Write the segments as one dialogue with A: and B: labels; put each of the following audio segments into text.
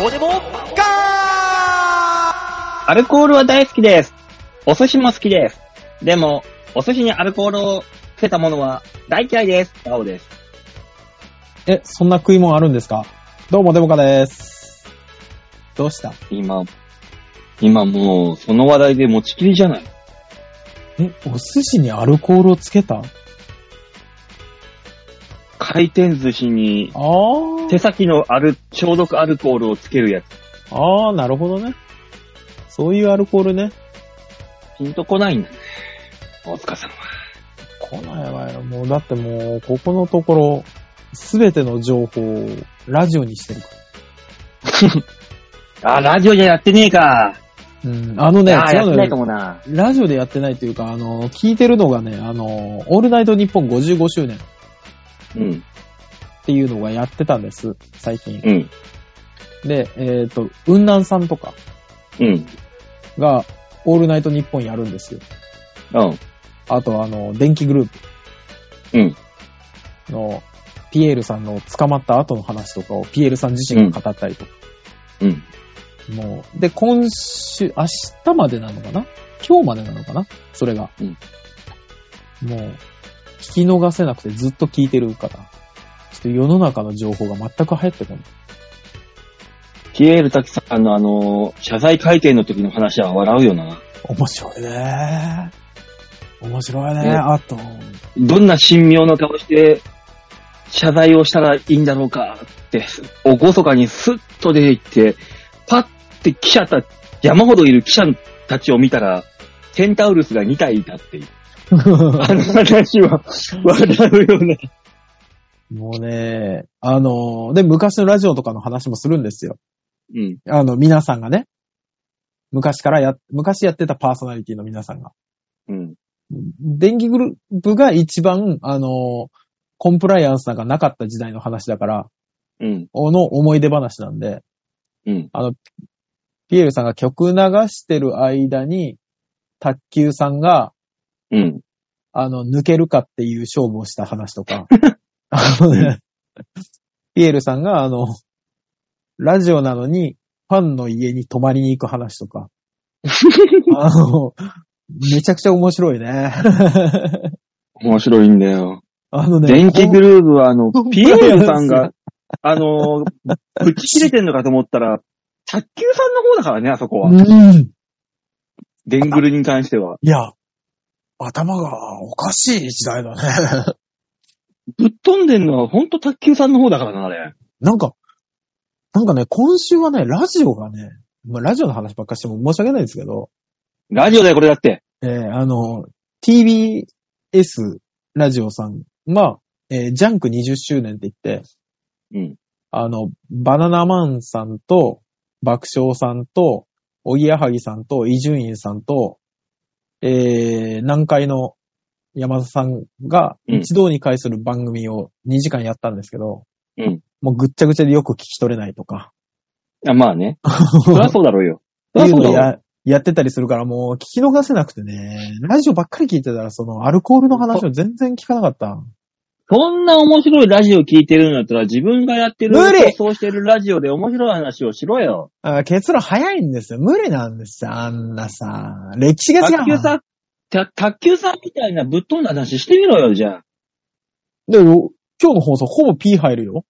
A: どうでもガ
B: アルコールは大好きです。お寿司も好きです。でも、お寿司にアルコールをつけたものは大嫌いです。ガオです。
C: え、そんな食い物あるんですかどうも、デモカです。どうしたん
B: 今、今もう、その話題で持ちきりじゃない。
C: お寿司にアルコールをつけたあ
B: 回転寿司に、手
C: ー。
B: 先のある、消毒アルコールをつけるやつ。
C: あー、なるほどね。そういうアルコールね。
B: ピンとこないんだね。大塚さんは。
C: 来ないわよ。もう、だってもう、ここのところ、すべての情報をラジオにしてるか
B: あ、ラジオじゃやってねえか。
C: ら。うん、あのね、
B: あー、
C: 違
B: やっ
C: う
B: て
C: の
B: ないか
C: よ。
B: もな。
C: ラジオでやってないというか、あの、聞いてるのがね、あの、オールナイトニッポン55周年
B: うん、
C: っていうのがやってたんです、最近。
B: うん、
C: で、えっ、と、雲南さんとか、
B: うん、
C: が、オールナイトニッポンやるんですよ。
B: うん、
C: あと、あの、電気グルー
B: うん、
C: プの、ピエールさんの捕まった後の話とかを、ピエールさん自身が語ったりとか。
B: うん。
C: もう、で、今週、明日までなのかな今日までなのかなそれが。
B: うん
C: もう、聞き逃せなくてずっと聞いてる方。ちょっと世の中の情報が全く入ってこない。
B: ピエール滝さんのあの、謝罪会見の時の話は笑うよな。
C: 面白いね面白いね
B: ね
C: あと、
B: どんな神妙な顔して、謝罪をしたらいいんだろうかって、おごそかにスッと出て行って、パッて記者た、山ほどいる記者たちを見たら、ケンタウルスが2体いたっていう。あの話は、笑うよね。
C: もうね、あの、で、昔のラジオとかの話もするんですよ。
B: うん。
C: あの、皆さんがね、昔からや、昔やってたパーソナリティの皆さんが。
B: うん。
C: 電気グループが一番、あの、コンプライアンスなんかなかった時代の話だから、
B: うん。
C: の思い出話なんで、
B: うん。
C: ピエールさんが曲流してる間に、卓球さんが、
B: うん。
C: あの、抜けるかっていう勝負をした話 とか、あのね、ピエールさんが、あの、ラジオなのに、ファンの家に泊まりに行く話 とか、あの、めちゃくちゃ面白いね。
B: 面白いんだよ。
C: あのね、
B: 電気グ
C: ル
B: ルーブは、あの、
C: コン
B: ピエールさんが、あの、ぶち切れてんのかと思ったら、卓球さんの方だからね、あそこは。
C: うん。
B: デングルに関しては。
C: いや、頭がおかしい時代だね。
B: ぶっ飛んでんのはほんと卓球さんの方だからな、あれ。
C: なんか、なんかね、今週はね、ラジオがね、まあ、ラジオの話ばっかりしても申し訳ないんですけど、
B: ラジオだよ、これだって。
C: えーあの、TBS ラジオさんが、えージャンク20周年って言って、
B: うん。
C: あの、バナナマンさんと、爆笑さんと、おぎやはぎさんと、伊集院さんと、えー、南海の山田さんが
B: うん
C: 一堂に会する番組を2時間やったんですけど、
B: うん
C: もうぐっちゃぐちゃでよく聞き取れないとか、
B: あ、まあね。そりゃそうだろうよ。そり
C: っ
B: ゃ
C: てい
B: そうう
C: の
B: だ
C: を
B: ろう。
C: ややってたりするからもう聞き逃せなくてね、ラジオばっかり聞いてたらそのアルコールの話を全然聞かなかった。
B: そんな面白いラジオ聞いてるんだったら自分がやってる、
C: 無理
B: 放送してるラジオで面白い話をしろよ。
C: あ結論早いんですよ。無理なんですよ。あんなさ、歴史が違う。
B: 卓球さん、た卓球さんみたいなぶっ飛んだ話してみろよ、じゃあ。
C: で、お今日の放送ほぼ P 入るよ。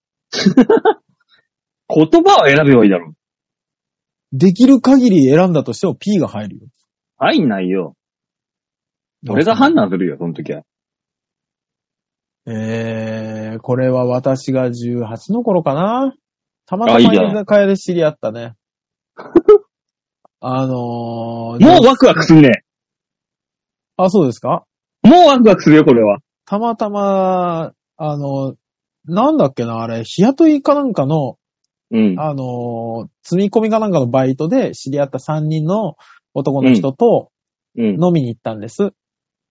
B: 言葉を選べばいいだろ。
C: できる限り選んだとしても P が入るよ。
B: 入んないよ。俺が判断するよ、その時は。
C: えー、これは私が18の頃かな。たまた
B: あ
C: ま
B: いい
C: 居
B: じゃん
C: 酒屋で知り合っ たね。あのー、
B: もうワクワクするね。
C: あ、そうですか
B: もうワクワクするよ、これは。
C: たまたま、あの、なんだっけな、あれ、日雇いかなんかの、
B: うん。
C: あの、積み込みかなんかのバイトで知り合った3人の男の人と
B: うん。
C: 飲みに行ったんです。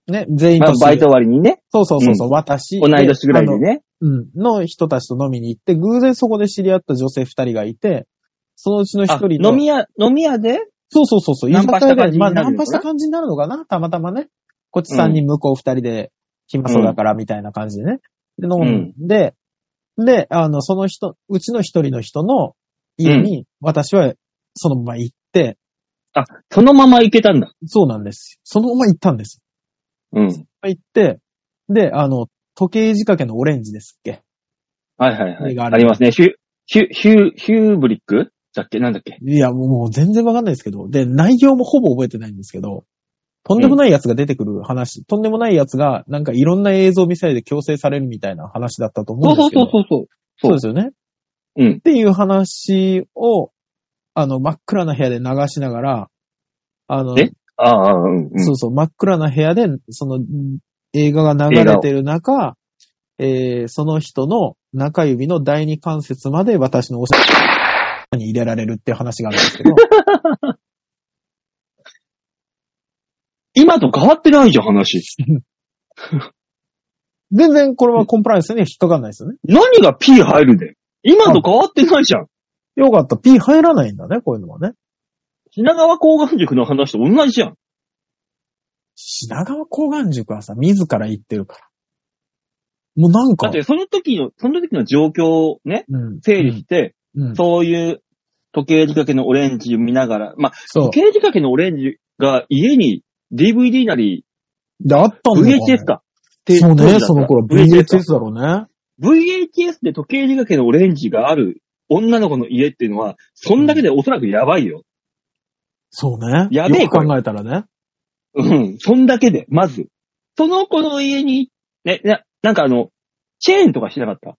C: ね、全員
B: まあ
C: と、
B: バイト終わりにね、
C: そうそうそうそう、私。
B: 同い年ぐらいでね。
C: あの。うん、の人たちと飲みに行って、偶然そこで知り合った女性2人がいて、そのうちの1
B: あ
C: 人の
B: 飲み屋、飲み屋で
C: そうそうそうそう。
B: ナンパした感じに
C: ま
B: なるのかな
C: あ、ナンパした感じになるのかなたまたまね。こっち3人、向こう2人で、暇そうだから、みたいな感じでね。で、飲んで、で、あの、その人、うちの一人の人の家に、私はそのまま行って、
B: あ、そのまま行けたんだ。
C: そうなんです。そのまま行ったんです。
B: うん。
C: 行って、で、あの、時計仕掛けのオレンジですっけ
B: はいはいは
C: これ
B: い。
C: があ
B: あ
C: る
B: りますね。ヒュ、ヒュ、ヒュ、ヒューブリックだっけなんだっけ
C: いや、もうもう全然わかんないですけど、で、内容もほぼ覚えてないんですけど、とんでもないやつが出てくる話、とんでもないやつが、なんかいろんな映像を見せられて強制されるみたいな話だったと思
B: そ
C: うん
B: うそ
C: です
B: う
C: けど。
B: そうそうそう。
C: そうですよね。
B: うん
C: っていう話を、あの、真っ暗な部屋で流しながら、あの、
B: えああ、うん。うん
C: そうそう、真っ暗な部屋で、その、映画が流れてる中、えー、その人の中指の第二関節まで私のおしゃれに入れられるっていう話があるんですけど、
B: 今と変わってないじゃん、話。
C: 全然これはコンプライアンスには引っかかんないですよね。
B: 何が P 入るで今と変わってないじゃん。
C: よかった。P 入らないんだね、こういうのはね。
B: 品川高岩塾の話と同じじゃん。
C: 品川高岩塾はさ、自ら言ってるから。もうなん
B: だ
C: か、
B: って、その時の、その時の状況をね、
C: うん。
B: 整理して、
C: うん、
B: そういう時計仕掛けのオレンジ見ながら、まあ、
C: そう
B: 時計仕掛けのオレンジが家に DVD なり、
C: で、あったんだ
B: VHS か。
C: そ
B: 当
C: う
B: 時だ
C: ね、
B: った
C: その頃
B: VHS か
C: VHS だろうね。
B: VHS で時計仕掛けのオレンジがある女の子の家っていうのは、そんだけでおそらくやばいよ。
C: そうね。
B: やべえ
C: よく考えたらね。
B: うん。そんだけで、まず。その子の家に、ね、な、なんかあの、チェーンとかしてなかった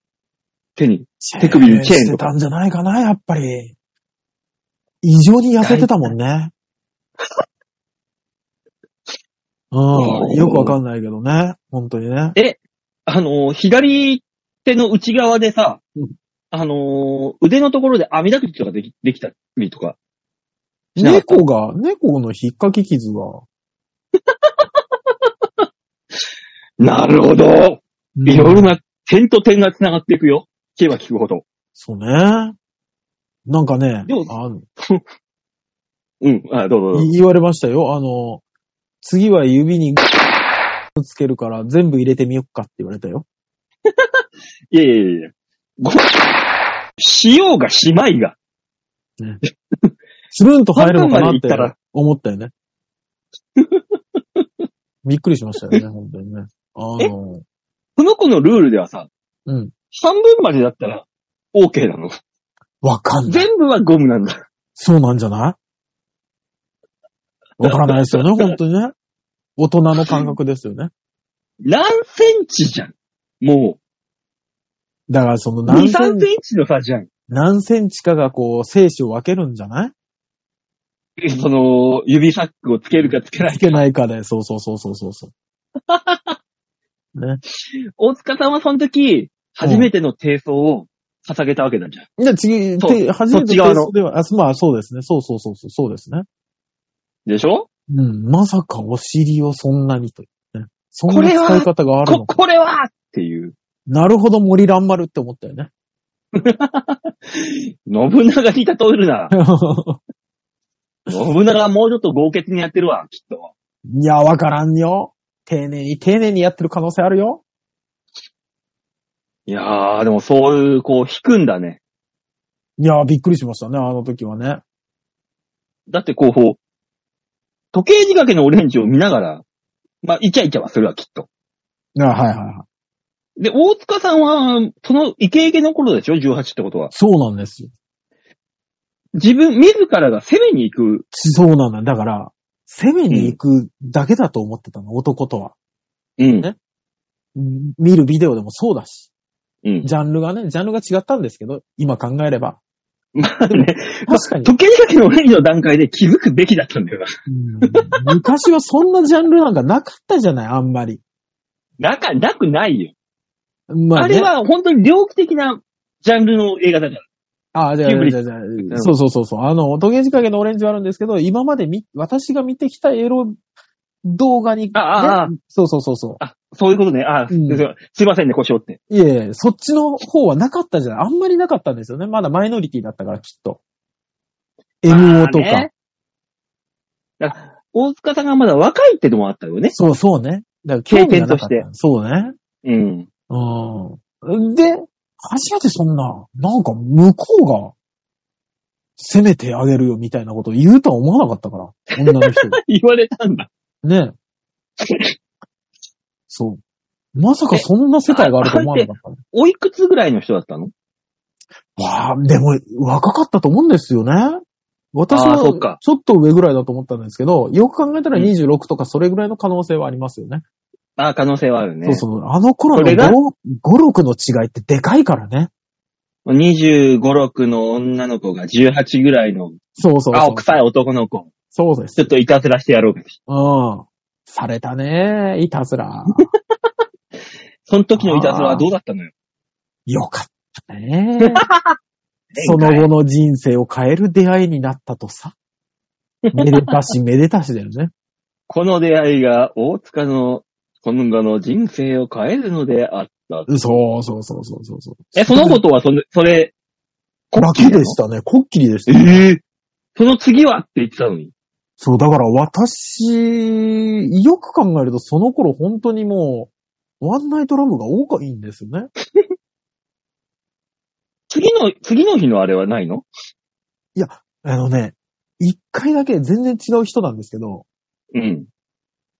B: 手に。手首にチェーン
C: し
B: と
C: て
B: か
C: たんじゃないかな、やっぱり。異常に痩せてたも んね。うん。よくわかんないけどね。本当にね。
B: あのー、左手の内側でさ
C: うん、
B: あのー、腕のところで網だくじとかでき、できたりとか。しなかった
C: 猫が、猫の引っかき傷が。
B: なるほど。
C: うん
B: いろいろな点と点が繋がっていくよ。聞けば聞くほど。
C: そうね。なんかね
B: でも、
C: あの
B: うん。あ、どうぞどうぞ
C: い言われましたよ。あの、次は指につけるから全部入れてみよっかって言われたよ。
B: いやいやいやいや。ごしようがしまいが。
C: スルンと入るのか
B: 半
C: な
B: 分までい
C: っ
B: ったら
C: て思った よね。びっくりしましたよね、本当にね。あの、
B: その子のルールではさ、
C: うん。
B: 半分までだったら OK なの。
C: わかんない。
B: 全部はゴムなんだ。
C: そうなんじゃないわからない ですよね、本当にね。大人の感覚ですよね。
B: 何センチじゃん。も
C: だからその
B: う、2、
C: 何セン
B: 3
C: チ、
B: センチの差じゃん。
C: 何センチかがこう、生死を分けるんじゃない
B: その、指サックをつけるかつけない
C: つ
B: か。
C: けないかで、そうそうそうそうそうそう。 ね。
B: 大塚さんはその時、初めての低層を捧げたわけなんじゃん。
C: じゃあ次、
B: そう
C: 手初
B: そ
C: め
B: ってち側の
C: テストでは、あまあそうですね。そうそうそうそう、そうですね。
B: でしょ
C: うん、まさかお尻をそんなにと、ね。そんな
B: これは
C: 使い方がある
B: こ、
C: のか。
B: これはっていう。
C: なるほど、森蘭丸って思った よね。
B: 信長に例える な。信長はもうちょっと豪傑にやってるわ、きっと。
C: いや、わからんよ。丁寧に、丁寧にやってる可能性あるよ。
B: いやー、でもそういう、こう、引くんだね。
C: いや、びっくりしましたね、あの時はね。
B: だってこう、時計仕掛けのオレンジを見ながら、まあ、イチャイチャはするわ、きっと。
C: あはいはいはい。
B: で、大塚さんは、そのイケイケの頃でしょ ?18 ってことは。
C: そうなんですよ。
B: 自分、自らが攻めに行く。
C: そうなんだ。だから、攻めに行くだけだと思ってたの、男とは。
B: うん
C: ねうん見るビデオでもそうだし。
B: うん。
C: ジャンルがね、ジャンルが違ったんですけど、今考えれば。
B: まあね、
C: 確かに。
B: 時計仕掛けのオレンジの段階で気づくべきだったんだよ
C: うん昔はそんなジャンルなんかなかったじゃない、あんまり。
B: な。なか、なくないよ。
C: ま
B: あ
C: ね
B: れ、は本当に猟奇的なジャンルの映画だから。
C: あ、じゃあ、
B: キューブリッ
C: じゃあ、じゃあそうそうそうそう。あの、音源仕掛けのオレンジはあるんですけど、今までみ、私が見てきたエロ動画に、
B: あああ
C: ねそうそうそうそ
B: あ、そういうことね。あ、
C: うん
B: すいませんね、故障って。
C: う。いえいえ、そっちの方はなかったじゃない。あんまりなかったんですよね。まだマイノリティだったから、きっと。MO と
B: まあ
C: か。
B: ねだから大塚さんがまだ若いってのもあったよね。
C: そうそうね。だから興味がなかった
B: 経験。
C: そうね。
B: うん。
C: うん。で、初めてそんな、なんか向こうが、せめてあげるよみたいなことを言うとは思わなかったから、女の人が。
B: 言われたんだ。
C: ねえそう。まさかそんな世界があると思わなかったね。
B: おいくつぐらいの人だったの
C: わあ、でも若かったと思うんですよね。私
B: あー
C: は
B: そっか
C: ちょっと上ぐらいだと思ったんですけど、よく考えたら
B: うん
C: 26とかそれぐらいの可能性はありますよね。
B: ああ、可能性はあるね。
C: そうそう。あの頃
B: そ
C: の
B: れが
C: 5、6の違いってでかいからね。
B: 25、6の女の子が18ぐらいの
C: そうそうそう。
B: 青臭い男の子。
C: そうです
B: ち。ょっといたずらしてやろうかと。
C: うん。されたねいたず ら。
B: その時のいたずらはどうだったのよ。
C: よかった ねその後の人生を変える出会いになったとさ。めでたし、めでたしだよね。
B: この出会いが大塚の今後の人生を変えるのであった。
C: そうそうそうそうそうそう。
B: え、そのことはそれ、それ、
C: だけでしたね。こっきりでした
B: え
C: よ。
B: えその次はって言ってたのに。
C: そう、だから私、よく考えるとその頃本当にもう、ワンナイトラブが多いんですよね。
B: 次の、次の日のあれはないの
C: あのね、一回だけ全然違う人なんですけど、
B: うん。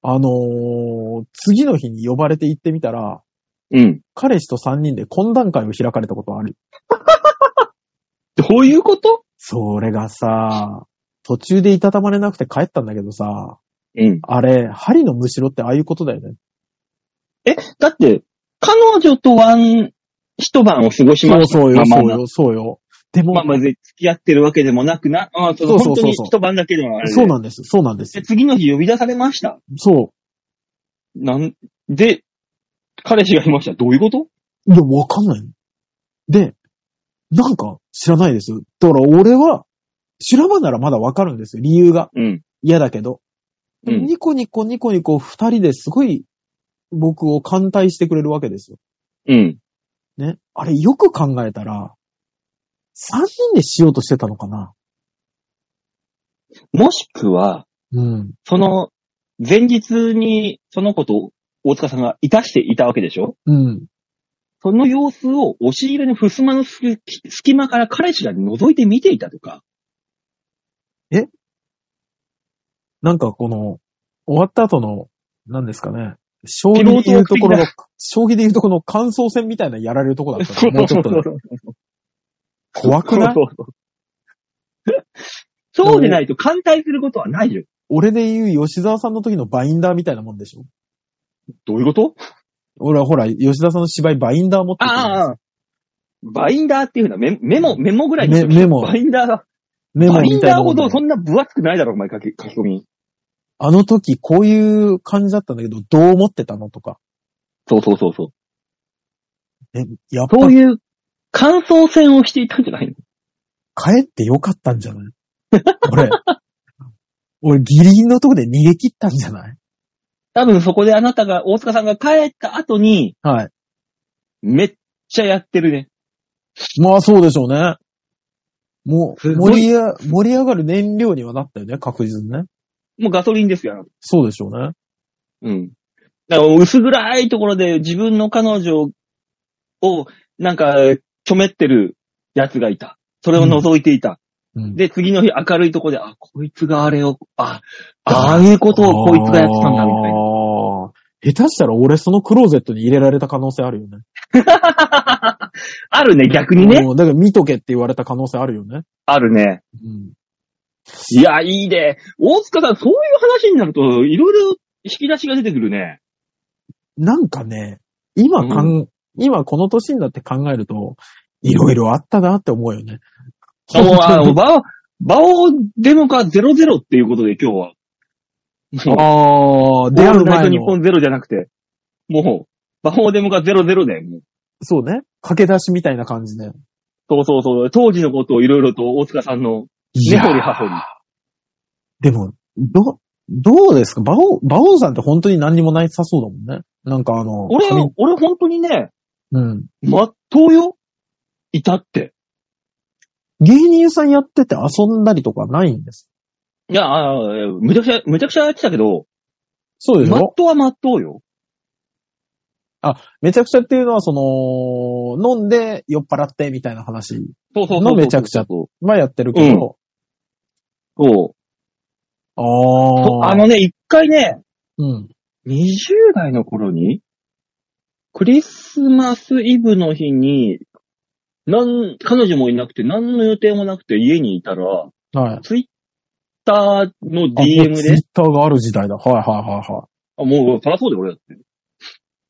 C: あのー次の日に呼ばれて行ってみたら、
B: うん。
C: 彼氏と三人で懇談会を開かれたことある。
B: どういうこと
C: それがさ、途中でいたたまれなくて帰ったんだけどさ、
B: うん。
C: あれ、針のむしろってああいうことだよね。
B: だって、彼女とワン、一晩を過ごしました。
C: そうよ、
B: まあ
C: そう
B: まあ
C: よ、そうよ。でも
B: まあ、まあ付き合ってるわけでもなくな、ああ、そ
C: そう
B: 本
C: うそう
B: 当
C: そうそう
B: に一晩だけでもあれで
C: そうなんです、そうなんです
B: で。次の日呼び出されました。
C: そ
B: なん、で、彼氏がいました。どういうこと
C: う。いや、わかんない。で、なんか知らないです。だから俺は、修羅場ならまだわかるんですよ、理由が。
B: うん。
C: 嫌だけど。
B: うん。
C: ニコニコニコニコ二人ですごい僕を歓待してくれるわけですよ。
B: うん。
C: ね。あれよく考えたら、三人でしようとしてたのかな
B: もしくは、
C: うん。
B: その、前日にその子と大塚さんがいたしていたわけでしょ
C: うん。
B: その様子を押し入れの襖の隙隙間から彼氏が覗いて見ていたとか。
C: なんかこの、終わった後の、何ですかね。将棋で言うところの、将棋で言うとこの感想戦みたいなやられるとこだった のもうちょっとで。怖くない
B: そうそうそうそうでないと反対することはないよ。
C: 俺で言う吉沢さんの時のバインダーみたいなもんでしょ
B: どういうこと
C: 俺はほら、吉沢さんの芝居バインダー持ってるじゃないですか
B: ああ。バインダーっていうのはメメモ、メモぐらいにしとけ
C: メメモ
B: バインダーが、
C: メモ
B: バイ
C: み
B: ン
C: たい
B: ダ
C: な
B: ー
C: も
B: ほ
C: ん
B: ど
C: だよ
B: そんな分厚くないだろ、お前書き、書き込み。
C: あの時こういう感じだったんだけど、どう思ってたのとか。
B: そうそうそうそう。
C: え、やっぱ
B: そういう感想戦をしていたんじゃないの
C: 帰ってよかったんじゃない俺。 俺ギリギリのとこで逃げ切ったんじゃない
B: 多分そこであなたが、大塚さんが帰った後に、
C: はい。
B: めっちゃやってるね。
C: まあそうでしょうね。もう、
B: すごい
C: 盛りあ盛り上がる燃料にはなったよね、確実にね。
B: もうガソリンですよ。あなた
C: そうでしょうね。
B: うん。だからもう薄暗いところで自分の彼女を、なんか、ちょめってる奴がいた。それを覗いていた。
C: うん、
B: で、次の日明るいとこで、あ、こいつがあれを、あ、ああいうことをこいつがやってたんだ、みたいな。
C: あー下手したら俺そのクローゼットに入れられた可能性あるよね。
B: あるね、逆にね。
C: うんだから見とけって言われた可能性あるよね。
B: あるね。
C: うん。
B: いや、いいで。大塚さん、そういう話になると、いろいろ引き出しが出てくるね。
C: なんかね、今かん、今この年になって考えると、いろいろあったなって思うよね。
B: あの、あの、
C: 本
B: バオ、バオデモカ00っていうことで今日は。
C: 当
B: も
C: に
B: う
C: あー、出
B: 出
C: 会
B: 会
C: う
B: う前
C: 前
B: と日
C: の。
B: 本ゼロじゃなくて、もう、魔法デモがゼロゼロで、もう
C: そうね。駆け出しみたいな感じで。
B: そうそうそう、当時のことをいろいろと大塚さんの
C: い
B: 根
C: やー
B: 掘り葉掘り。
C: でも、ど、どうですか馬王、馬王さんって本当に何にもないさそうだもんね。なんかあの、
B: 俺
C: 髪、
B: 俺本当にね、
C: うん。
B: まっとうよ。いたって。
C: 芸人さんやってて遊んだりとかないんです。
B: いや、あーむちゃくちゃ、むちゃくちゃやってたけど、
C: そうでし
B: まっ
C: ょ
B: とうはまっとうよ。
C: あ、めちゃくちゃっていうのは、その、飲んで酔っ払ってみたいな話
B: そうそうそうそう。
C: のめちゃくちゃ
B: そう。
C: はやってるけど、
B: そう
C: ああ。
B: あのね、一回ね、
C: うん。
B: 20代の頃に、クリスマスイブの日に、なん、彼女もいなくて、何の予定もなくて家にいたら、
C: はい。
B: ターの
C: あ
B: DM
C: ツイ
B: で
C: ッ、ターがある時代だ。はいはいはいは
B: あ、もう、そらそうで俺だって。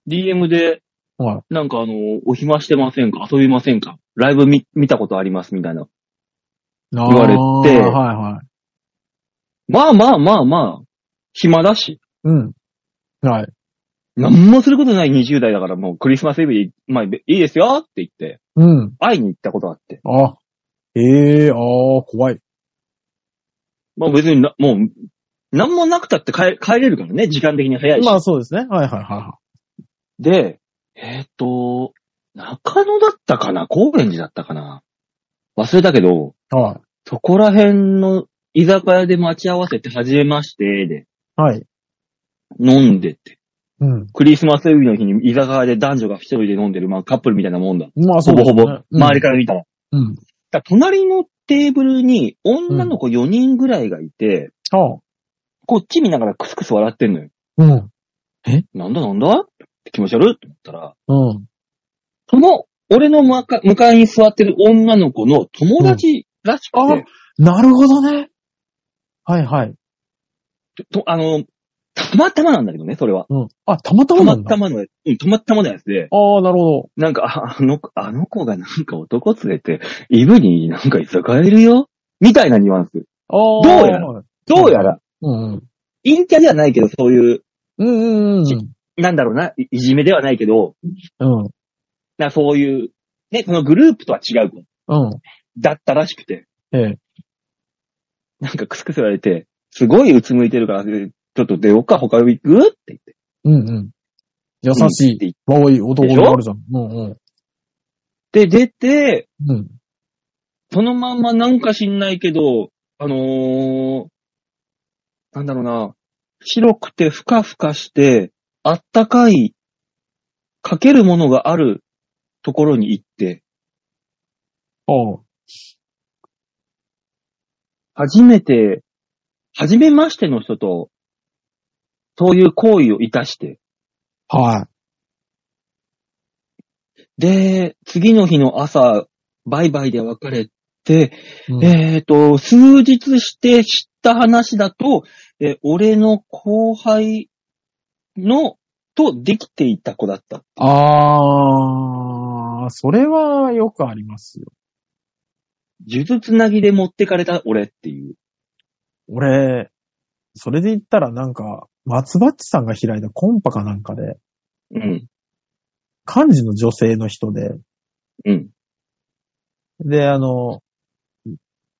B: DM で、
C: い。はい。
B: なんかあの、お暇してませんか遊びませんかライブ見、見たことありますみたいな。
C: 言
B: われて
C: はいはい。
B: まあまあまあまあ、暇だし。
C: うん。はい。
B: 何もすることない20代だからもうクリスマスイブに、まあいいですよって言って、
C: うん。
B: 会いに行ったことあって。
C: あ、ええああ、怖い。
B: まあ別にな、もう、何もなくたって帰帰れるからね、時間的に早いし。
C: まあそうですね。はいはいはいは
B: で、えっ、と、中野だったかな高円寺だったかな忘れたけど、
C: い。はい。
B: そこら辺の居酒屋で待ち合わせて、初めまして、で、
C: はい。
B: 飲んでって。
C: うん。
B: クリスマスイブの日に居酒屋で男女が一人で飲んでる、まあカップルみたいなもんだ。
C: まあそ
B: ほ
C: う
B: ぼ
C: です
B: ほ
C: ね。
B: ぼ、周りから見たら。
C: ら。うん。
B: だから隣のテーブルに女の子4人ぐらいがいて、
C: あ
B: こっち見ながらクスクス笑ってんのよ。
C: あ。うん。
B: なんだなんだって気持ち悪いって思ったら、
C: うん。
B: その、俺の向か向かいに座ってる女の子の友達らしくて、
C: うんあなるほどね。はいはい。
B: とあの、たまたまなんだけどね、それは。
C: うん。あ、たまた
B: た
C: まな
B: ま
C: んだ。
B: たまのやつ、うん、たまたまのやつで、
C: ああ、なるほど。
B: なんか、ああの子、あの子がなんか男連れて、イブになんか居酒屋いるよみたいなニュアンス。
C: あ
B: ど
C: あ。
B: うやどうやら、
C: うんうん。
B: 陰キャではないけど、そういう、
C: うんうん
B: なんだろうな、いいじめではないけど、
C: うん。
B: な、そういう、ね、そのグループとは違う子
C: うん。
B: だったらしくて、
C: ええ。
B: なんかクスクス言われて、すごいうつむいてるから、えちょっと出ようか、他行くって言って。
C: うんうん。優
B: うんっ
C: しい、
B: て
C: 可愛い男になるじゃん。うんうん。
B: 言って出て、
C: うん。
B: そのまんまなんか知んないけど、あのー、なんだろうな、白くてふかふかして、あったかい、かけるものがあるところに行って、
C: ああ。
B: 初めて、初めましての人と、そういう行為をいたして、
C: はい。
B: で、次の日の朝、バイバイで別れて、
C: うん
B: えっ、と、数日して知った話だと、えー俺の後輩の、とできていた子だった。
C: ああ、それはよくありますよ。
B: 術つなぎで持ってかれた俺っていう。
C: 俺、それで言ったらなんか、松バッチさんが開いたコンパかなんかで、
B: うん。
C: 漢字の女性の人で、
B: うん。
C: で、あの、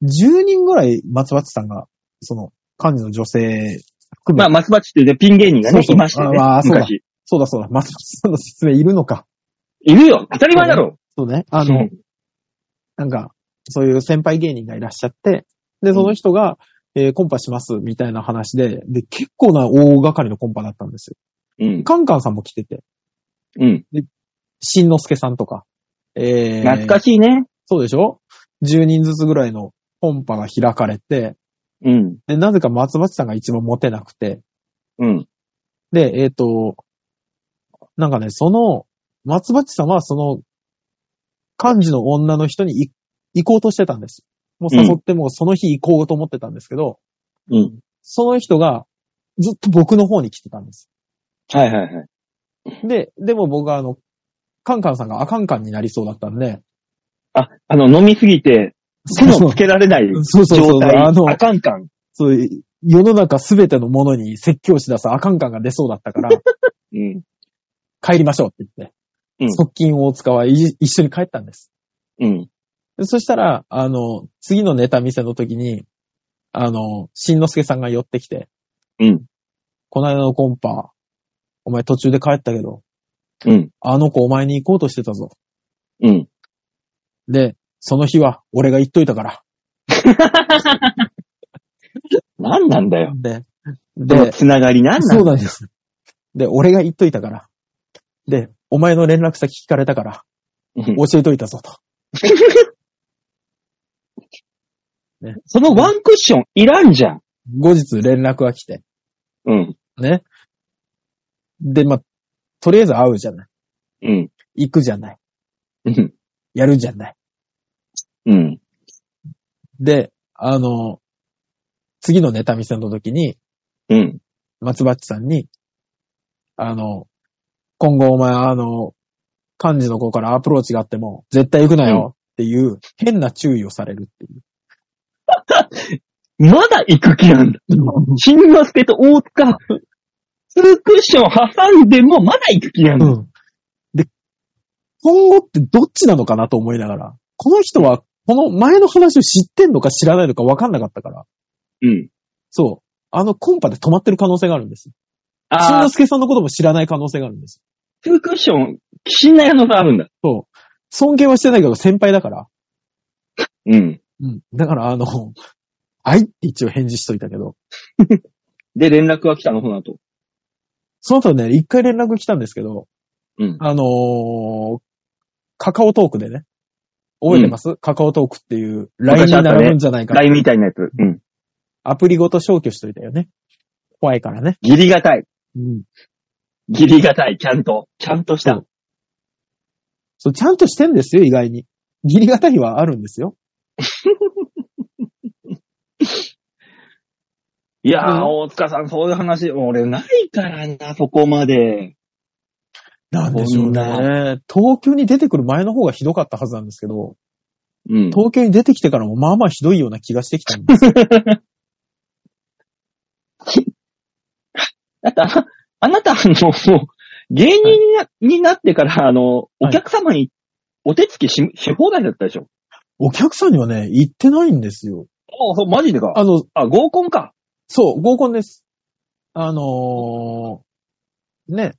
C: 10人ぐらい松バッチさんが、その、漢字の女性含め
B: まあ、、松鉢っていうねピン芸人がね、
C: そうそう
B: いましたよね。
C: あーそうだ
B: 昔。
C: そうだそうだ、松バッチさんの説明いるのか。
B: いるよ当たり前だろ
C: そうね。あ
B: あ
C: の、なんか、そういう先輩芸人がいらっしゃって、で、その人が、えーコンパします、みたいな話で、で、結構な大掛かりのコンパだったんですよ。
B: うん。
C: カンカンさんも来てて、
B: うん。
C: しんのすけさんとか、えー、
B: 懐かしいね。
C: そうでしょ ?10 人ずつぐらいのコンパが開かれて、
B: うん。
C: で、なぜか松橋さんが一番モテなくて、
B: うん。
C: で、えっ、と、なんかね、その、松橋さんはその、漢字の女の人にい行こうとしてたんです。もう誘ってもうその日行こうと思ってたんですけど、
B: うん。
C: その人がずっと僕の方に来てたんです。
B: はいはいはい。
C: で、でも僕はあの、カンカンさんがアカンカンになりそうだったんで、
B: あ、あの、飲みすぎて、手
C: そう
B: のつけられない
C: そうそうそ
B: 状
C: う、
B: 態。
C: あの、
B: あかんかん。
C: そういう世の中すべてのものに説教し出すアカンカンが出そうだったから、
B: うん。
C: 帰りましょうって言って、
B: うん
C: 側近大塚はい一緒に帰ったんです。
B: うん。
C: でそしたら、あの、次のネタ見せの時に、あの、しんのすけさんが寄ってきて、
B: うん。
C: この間のコンパ、お前途中で帰ったけど、
B: うん。
C: あの子お前に行こうとしてたぞ。
B: うん。
C: で、その日は俺が言っといたから。
B: 何なんだよ。そ
C: で、
B: の
C: で、
B: つながり何なん
C: そう
B: だ
C: なんです。で、俺が言っといたから。で、お前の連絡先聞かれたから、
B: うん
C: 教えといたぞと。
B: そのワンクッションいらんじゃん。
C: 後日連絡が来て、
B: うん。
C: ね。で、まあ、とりあえず会うじゃない。
B: うん。
C: 行くじゃない。
B: うん。
C: やるじゃない。
B: うん。
C: で、あの、次のネタ見せの時に、
B: うん。
C: 松バッチさんに、あの、今後お前、あの、幹事の子からアプローチがあっても、絶対行くなよっていう、変な注意をされるっていう。
B: まだ行く気なんだ。新之助と大塚、ツークッション挟んでもまだ行く気なんだ。
C: うん。で、今後ってどっちなのかなと思いながら、この人は、この前の話を知ってんのか知らないのか分かんなかったから、
B: うん。
C: そう。あのコンパで止まってる可能性があるんです。新
B: ああ
C: 之、助さんのことも知らない可能性があるんです。
B: ツークッション、死んない可能性あるんだ。
C: そう。尊敬はしてないけど先輩だから。
B: うん。
C: うん。だからあの、 はいって一応返事しといたけど、
B: で、連絡が来たの、この後。
C: その後ね、一回連絡来たんですけど、
B: うん
C: あのーカカオトークでね、覚えてます、カカオトークっていう LINE に
B: 昔あったね
C: 並ぶんじゃないかって
B: LINE みたいなやつ。うん。
C: アプリごと消去しといたよね。怖いからね。
B: ギリがたい。
C: うん。
B: ギリがたい。ちゃんと。ちゃんとした。
C: そう、ちゃんとしてんですよ、意外に。ギリがたいはあるんですよ。
B: いやー、
C: うん
B: 大塚さん、そういう話、俺ないからな、そこまで。
C: なんでしょう
B: こん
C: ね。東京に出てくる前の方がひどかったはずなんですけど、
B: うん。
C: 東京に出てきてからもまあまあひどいような気がしてきた んです。
B: だってあ、あなた、あの、もう、芸人にな,、になってから、あの、お客様にお手つきしし放題だったでしょ。
C: お客さんにはね、行ってないんですよ。
B: ああ、そう、マジでか。
C: あの、
B: あ、合コンか。
C: そう、合コンです。あのー、ね。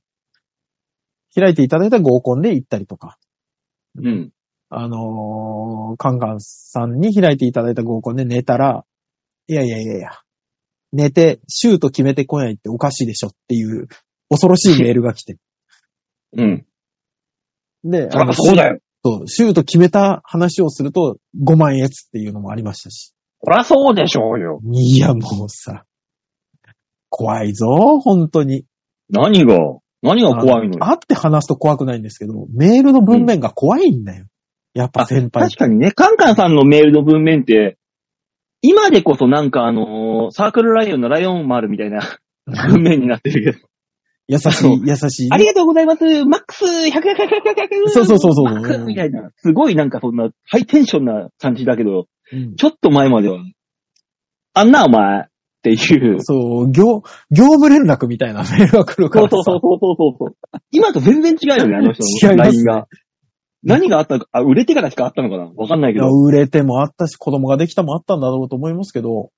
C: 開いていただいた合コンで行ったりとか、
B: うん。
C: あのー、カンカンさんに開いていただいた合コンで寝たら、いやいやいやいや、寝てシュート決めてこないっておかしいでしょっていう恐ろしいメールが来て。
B: うん。
C: で、
B: そりゃそうだよ。
C: そうシュート決めた話をすると5万円つっていうのもありましたし。
B: そりゃそうでしょうよ。
C: いや、もうさ、怖いぞ、本当に。
B: 何が何が怖いのよ
C: あ会って話すと怖くないんですけど、メールの文面が怖いんだよ。やっぱ先輩
B: 確。かにね、カンカンさんのメールの文面って、今でこそなんかあのーサークルライオンのライオン丸みたい な文面になってるけど。
C: 優し
B: そう
C: い、優しい
B: あ。りがとうございますマックス !100、100、100、100!
C: そうそうそうそう
B: マックスみたいな。すごいなんかそんなハイテンションな感じだけど、
C: うん
B: ちょっと前までは、あんなお前っていう。
C: そう、業、業務連絡みた いなメールが来るか
B: そ
C: ら
B: う
C: さ。
B: そうそうそうそうそう。今と全然違うよね、あの人
C: 違
B: の
C: います
B: LINE
C: ね
B: が。何があったのか、あ、売れてからしかあったのかなわかんない
C: い
B: け
C: や、
B: ど。
C: 売れてもあったし、子供ができたもあったんだろうと思いますけど、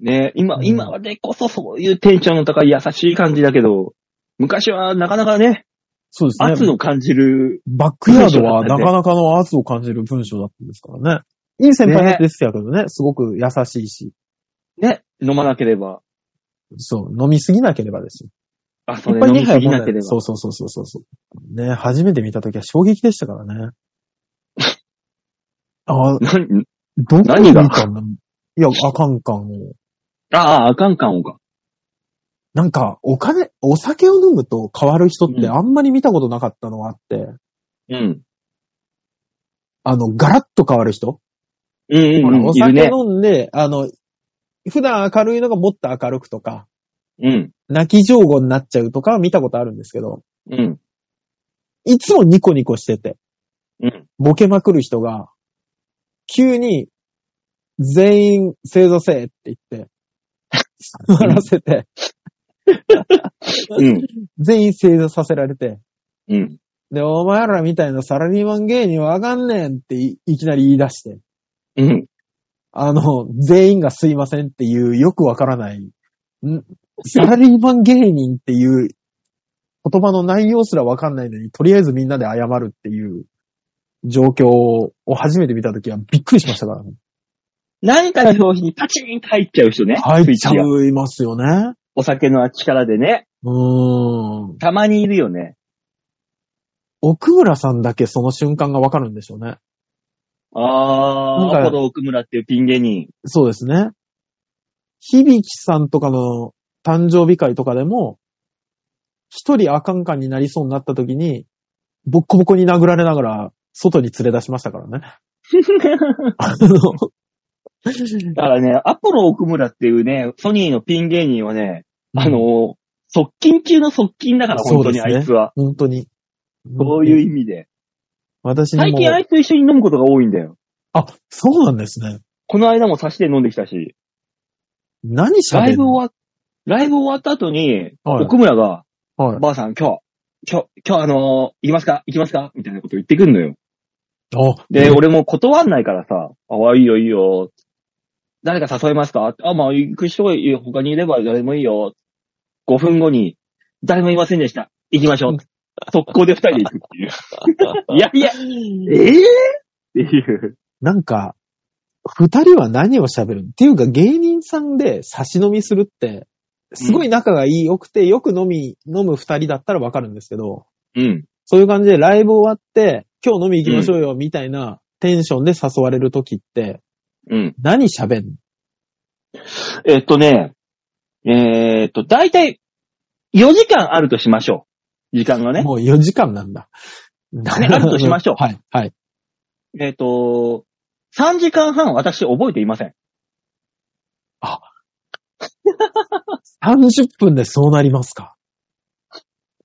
B: ね今
C: う、ん
B: 今でこそそういうテンションの高い優しい感じだけど、昔はなかなかね、
C: そうです
B: 圧
C: ね。
B: を感じる、
C: バックヤードはなかなかの圧を感じる文章だったんですからね。いい先輩ですけどね、すごく優しいし。
B: ね、飲まなければ、
C: そう、飲みすぎなければですよ。
B: あ、そ
C: 一
B: れ
C: 杯
B: 飲
C: 二
B: みす
C: 杯
B: ぎ
C: も
B: なけれ
C: ね、
B: ば
C: そ。うそうそうそうそうそう。ね、初めて見たときは衝撃でしたか らね。あ、
B: 何
C: どこ
B: 何が
C: 見たんだいや、あかんかんを。
B: ああ、あかんかんをか。
C: なんか、お金、お酒を飲むと変わる人って
B: うん
C: あんまり見たことなかったのがあって、
B: うん。
C: あの、ガラッと変わる人、
B: うんうん
C: ほら
B: う
C: お
B: ん、いる
C: 酒
B: ね。
C: 飲んで、あの、普段明るいのがもっと明るくとか、
B: うん。
C: 泣き上手になっちゃうとかは見たことあるんですけど、
B: うん。
C: いつもニコニコしてて、
B: うん。
C: ボケまくる人が、急に、全員正座せえって言って、座らせて、
B: うん。
C: 全員正座させられて、
B: うん。
C: で、お前らみたいなサラリーマン芸人はあかんねんっていいきなり言い出して、
B: うん。
C: あの、全員がすいませんっていうよくわからない、んサラリーマン芸人っていう言葉の内容すらわかんないのに、とりあえずみんなで謝るっていう状況を初めて見たときはびっくりしましたからね。
B: 何かの表紙にパチンと入っちゃう人ね。
C: 入っ
B: スイッ
C: ち
B: チ
C: ゃ
B: が
C: いますよね。
B: お酒の力でね。
C: うーん。
B: たまにいるよね。
C: 奥村さんだけその瞬間がわかるんでしょうね。
B: あ
C: なんか
B: ー、アポロ奥村っていうピン芸人。
C: そうですね。響さんとかの誕生日会とかでも、一人あかんかんになりそうになった時に、ボッコボコに殴られながら、外に連れ出しましたから ね。あの
B: だからね、アポロ奥村っていうね、ソニーのピン芸人はね、あの、、側近中の側近だから、本当に
C: そ
B: あ
C: うですね
B: いつは。
C: 本当に。
B: そういう意味で。
C: 私に
B: 最
C: も、
B: 近あいつと一緒に飲むことが多いんだよ。
C: あ、そうなんですね。
B: この間も差しで飲んできたし、
C: 何喋
B: ライ
C: る
B: ブ
C: の
B: 終わっ、ライブ終わった後に、
C: はい
B: 奥村が、
C: はい。
B: ばあさん、今日、今日、今日あのー行きますか行きますかみたいなこと言ってくんのよ。
C: あ、
B: で、
C: うん
B: 俺も断んないからさ、あ、いいよいいよ。誰か誘えますかあ、まあ、行く人が他にいれば誰でもいいよ。5分後に、誰もいませんでした。行きましょう。速攻で2人で行くっていう。 いやいや、ええっていう。
C: なんか、二人は何を喋るっていうか芸人さんで差し飲みするって、すごい仲がいい、よくて、よく飲み、飲む二人だったらわかるんですけど、
B: うん。
C: そういう感じでライブ終わって、今日飲み行きましょうよ、みたいなテンションで誘われるときって、
B: うん。
C: 何喋んの
B: えっとね、えーっと、だいたい4時間あるとしましょう。時間がね。
C: もう4時間なんだ。
B: ねあるとしましょう
C: はい、はい。
B: えっと、3時間半私覚えていません。
C: 30分でそうなりますか。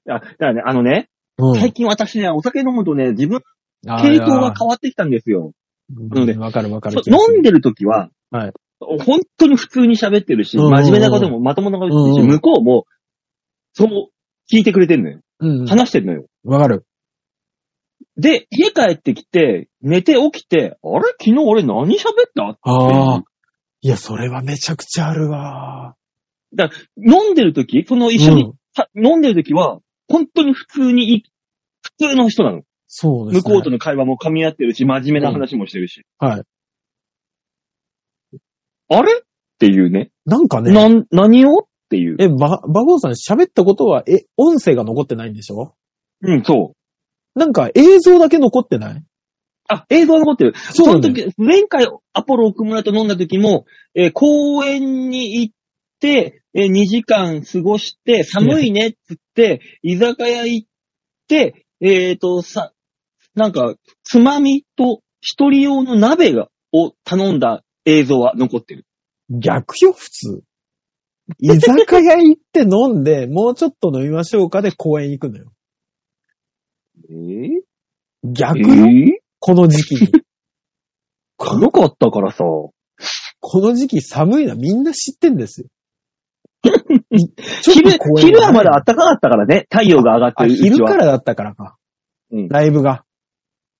B: あ、だからね、あのね、
C: うん。
B: 最近私ね、お酒飲むとね、自分
C: あー
B: 傾向が変わってきたんですよ。
C: いや
B: ので
C: うんわかるわかる
B: そう。飲ん
C: で、
B: でる時は、
C: はい
B: 本当に普通に喋ってるし、
C: うんうんうん
B: 真面目なこともまともなことも言ってるし、
C: うんうん
B: 向こうも、そう、聞いてくれてるのよ。
C: うん。
B: 話してるのよ。
C: わかる。
B: で、家帰ってきて、寝て起きて、あれ昨日俺何喋った
C: ああ。いや、それはめちゃくちゃあるわ。
B: 飲んでる時その一緒に、
C: うん
B: は飲んでる時は、本当に普通にい、普通の人なの。
C: そうです、
B: 向
C: ね。
B: こうとの会話も噛み合ってるし、真面目な話もしてるし。
C: はい。
B: あれっていうね。
C: なんかね、
B: なん、何をっていう。
C: え、ば、馬王さん喋ったことは、え、音声が残ってないんでしょ
B: うん、そう。
C: なんか映像だけ残ってない
B: あ、映像が残ってる。
C: そう
B: そ
C: な
B: の
C: んだよ
B: 時、前回アポロ奥村と飲んだ時も、えー公園に行って、えー2時間過ごして、寒いねっつって、居酒屋行って、えっ、と、さ、なんか、つまみと一人用の鍋が、を頼んだ映像は残ってる。
C: 逆よ、普通。居酒屋行って飲んで、 もうちょっと飲みましょうかで公園行くのよ。
B: えー、
C: 逆
B: え
C: よ、この時期 に。この、
B: よかったからさ。
C: この時期寒いのはみんな知ってんで すよ。
B: 昼、昼はまだ
C: あ
B: 暖かかったからね。太陽が上がってるうちは。
C: 昼からだったからか。
B: うん
C: ライブが。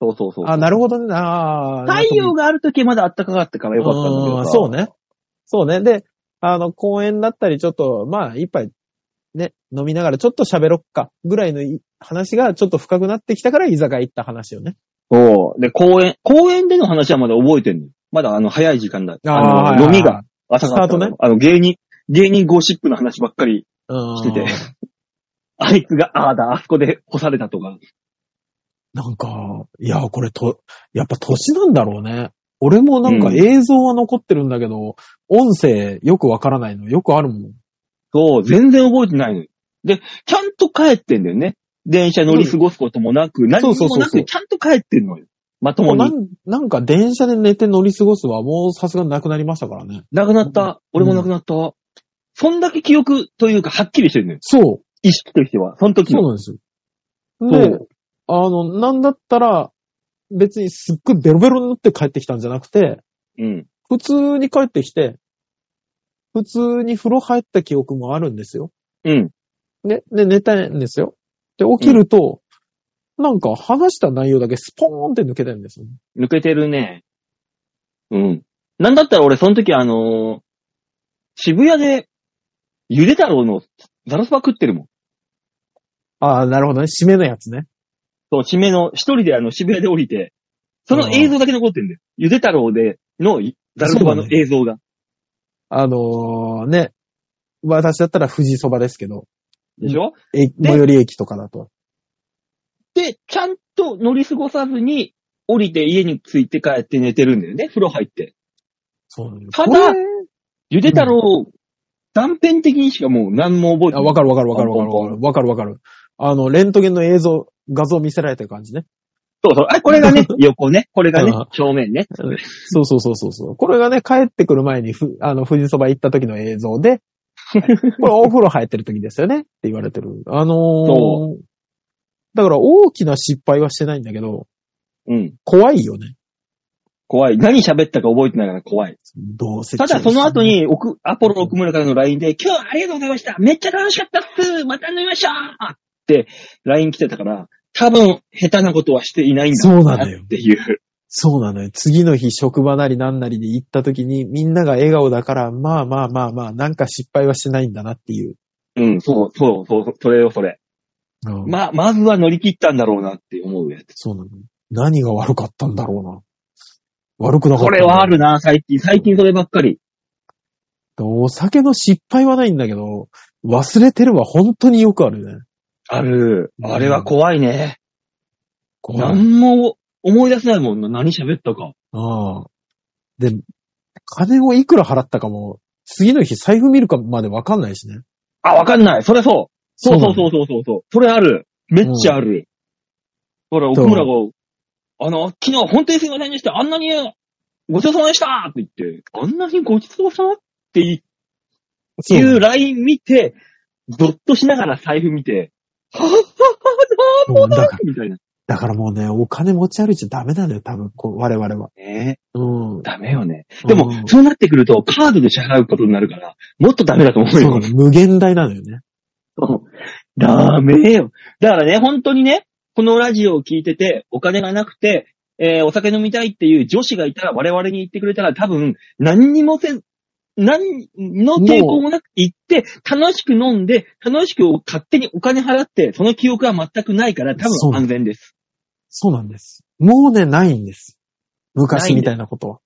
B: そうそうそう。
C: あ、なるほどね。あー
B: 太陽がある時はまだ暖かかったからよかったんだけど
C: うん
B: さ。
C: そうね。そうね。で、あの、公園だったり、ちょっと、まあ、一杯、ね、飲みながらちょっと喋ろっか、ぐらいのい話がちょっと深くなってきたから、居酒屋行った話よね。
B: そう。で、公園、公園での話はまだ覚えてんの。まだあの、早い時間だ。あの、飲みが。朝だったから
C: スタートね。
B: あの、芸人、芸人ゴシップの話ばっかり
C: うん。
B: してて。 あいつが、ああだ、あそこで干されたとか。
C: なんか、いや、これと、やっぱ年なんだろうね。俺もなんか
B: うん
C: 映像は残ってるんだけど、音声よくわからないのよくあるもん。
B: そう、全然覚えてないの。で、ちゃんと帰ってんだよね。電車乗り過ごすこともなく、何に
C: そうそ
B: も
C: う
B: な
C: そうそ
B: く、
C: う
B: ちゃんと帰ってんのよ。まとも
C: な
B: に。
C: んなんか電車で寝て乗り過ごすはもうさすがになくなりましたからね。
B: なくなった。俺もなくなった。そんだけ記憶というか、はっきりしてるのよ。
C: そう。
B: 意識としては。その時
C: そう
B: の。
C: なんですよ。
B: そ
C: で
B: う、
C: あの、なんだったら、別にすっごいベロベロになって帰ってきたんじゃなくて、
B: うん。
C: 普通に帰ってきて、普通に風呂入った記憶もあるんですよ。
B: うん。
C: ね、で、寝たんですよ。で、起きると、なんか話した内容だけスポーンって抜けてるんですよ。
B: 抜けてるね。うん。なんだったら俺、その時あのー渋谷で、ゆで太郎のザラスパ食ってるもん。
C: ああ、なるほどね。締めのやつね。
B: そう、締めの、一人であの、渋谷で降りて、その映像だけ残ってんだよ。ゆで太郎でのザラスパの映像が。
C: あのー、ね。私だったら富士そばですけど、
B: でしょ
C: え
B: で
C: 最寄り駅とかだと。
B: で、ちゃんと乗り過ごさずに、降りて家に着いて帰って寝てるんだよね、風呂入って。
C: そうなんです
B: ただ
C: これ
B: ゆで太郎、断片的にしかもう何も覚えて
C: あ
B: ない。
C: わかるわかるわかるわかるわかる。わかるわかる。あの、レントゲンの映像、画像見せられてる感じね。
B: そうそう。あ、これが ね、横ね。これがね
C: うん、
B: 正面ね。
C: そうそうそうそうそう。これがね、帰ってくる前にふ、あの、富士そば行った時の映像 で、これお風呂入ってる時ですよねって言われてる。あのー
B: そ、
C: だから大きな失敗はしてないんだけど、
B: うん。
C: 怖いよね。
B: 怖い。何喋ったか覚えてないから怖い。
C: どうせ。
B: ただその後、に、奥アポロ奥村からの LINE で、今日はありがとうございましためっちゃ楽しかったっすまた飲みましょうって LINE 来てたから、多分、下手なことはしていないんだろ
C: そうなのよ
B: っていう。
C: そうなのよ。次の日、職場なりなんなりで行った時に、みんなが笑顔だから、まあまあまあまあ、なんか失敗はしてないんだなっていう。
B: うん、そう、そう、そう、それよ、それ。
C: うん
B: ま、まずは乗り切ったんだろうなって思うやつ。
C: そうなの。何が悪かったんだろうな。悪くなかっ
B: こ
C: たんだ
B: れ
C: ろうな。
B: はあるな、最近。最近そればっかり。
C: お酒の失敗はないんだけど、忘れてるは本当によくあるね。
B: ある。あれは怖いね。
C: こう
B: 何も思い出せないもんな。何喋ったか。
C: ああで、金をいくら払ったかも、次の日財布見るかまでわかんないしね。
B: あ、わかんない。それそう。そうそうそううそうそうそう。それある。めっちゃある。ほら、
C: そう
B: 奥村が、あの、昨日本当にすいませんでした。あんなにごちそうさまでしたって言って、あんなにごちそうさまってい
C: そう
B: うライン見て、ゾッとしながら財布見て、はっはっはっは、もう
C: うんだ
B: だ
C: から
B: みたいな。
C: だからもうね、お金持ち歩いちゃダメなのよ、多分、こう我々は。
B: ねえ、
C: うん。
B: ダメよね。でも
C: うん、
B: そうなってくると、カードで支払うことになるから、もっとダメだと思う
C: そう
B: よ
C: な。の無限大なのよね。
B: そう ダメよ。だからね、本当にね、このラジオを聞いてて、お金がなくて、えーお酒飲みたいっていう女子がいたら、我々に言ってくれたら、多分、何にもせず、何の抵抗もなく行って、楽しく飲んで、楽しく勝手にお金払って、その記憶は全くないから、多
C: そう
B: 分安全です。
C: そうなんです。もうね、ないんです。昔みたいなことは。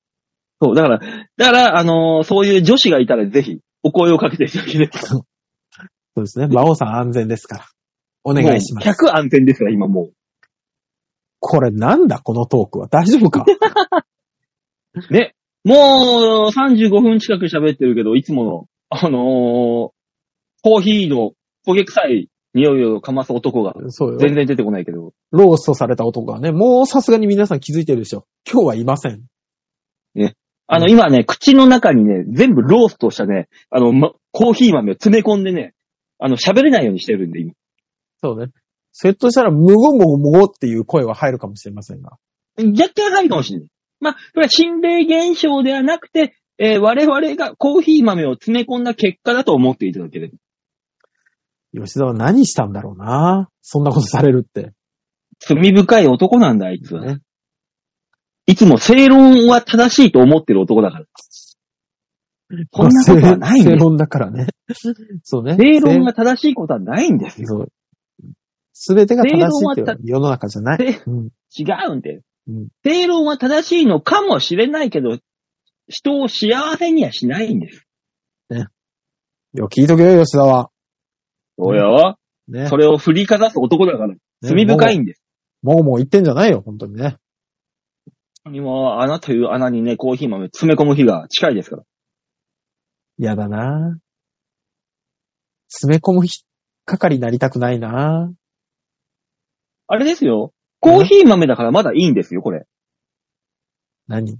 B: そう、だから、だから、あのーそういう女子がいたら、ぜひ、お声をかけていただければ。
C: そうですね。馬王さん安全ですから。お願いします。
B: もう100安全ですから、今も
C: これなんだ、このトークは。大丈夫か
B: う。ね。もう、35分近く喋ってるけど、いつもの、あのーコーヒーの焦げ臭い匂いをかます男が、
C: そうよ。
B: 全然出てこないけど。
C: ローストされた男はね、もうさすがに皆さん気づいてるでしょ。今日はいません。
B: あの、今ね、口の中にね、全部ローストしたね、あの、ま、コーヒー豆を詰め込んでね、あの、喋れないようにしてるんで、今。
C: そうね。セットしたら、むごむごむごっていう声は入るかもしれませんが。
B: 若干入るかもしれない。まあ、これは心霊現象ではなくて、えー我々がコーヒー豆を詰め込んだ結果だと思っていただければ。
C: 吉沢何したんだろうなそんなことされるって。
B: 罪深い男なんだ、あいつは。
C: ね
B: いつも正論は正しいと思ってる男だから。こんなことはないん
C: 正
B: です。
C: 論だからね。そうね。
B: 正論が正しいことはないんです
C: 正。
B: よ。
C: そう。すべてが正しいって
B: 正論
C: いう
B: は
C: 世の中じゃない。
B: で
C: うん
B: 違うんです
C: うん。
B: 正論は正しいのかもしれないけど、人を幸せにはしないんです。
C: よ、聞いとけよ、吉沢。
B: そうよ。
C: ね。
B: それを振りかざす男だから、
C: ね
B: 罪深い。んです。
C: もごもご言ってんじゃないよ、本当にね。
B: もう穴という穴にね、コーヒー豆詰め込む日が近いですから。
C: 嫌だな詰め込むひっかかりになりたくないな
B: あれですよ。コーヒー豆だからまだいいんですよ、これ。
C: 何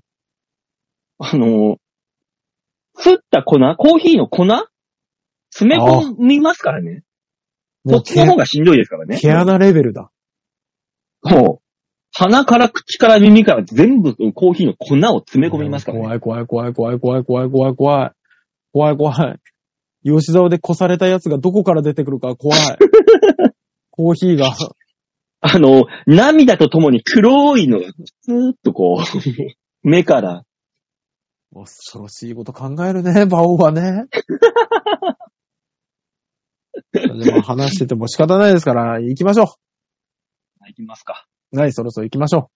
B: あのー、すった粉コーヒーの粉詰め込みますからね。こ
C: も
B: っ
C: う
B: ちの方がしんどいですからね。
C: 毛穴レベルだ。
B: もう、鼻から口から耳から全部コーヒーの粉を詰め込みますからね。
C: 怖い怖い怖い怖い怖い怖い怖い怖い。怖い怖い。吉沢で越されたやつがどこから出てくるか 怖い。コーヒーが、
B: あの、涙とともに黒いのが、スーッとこう、 目から。
C: 恐ろしいこと考えるね、馬王はね。でも話してても仕方ないですから、行きましょ
B: いきますか。
C: う。はい、そろそろ行きましょ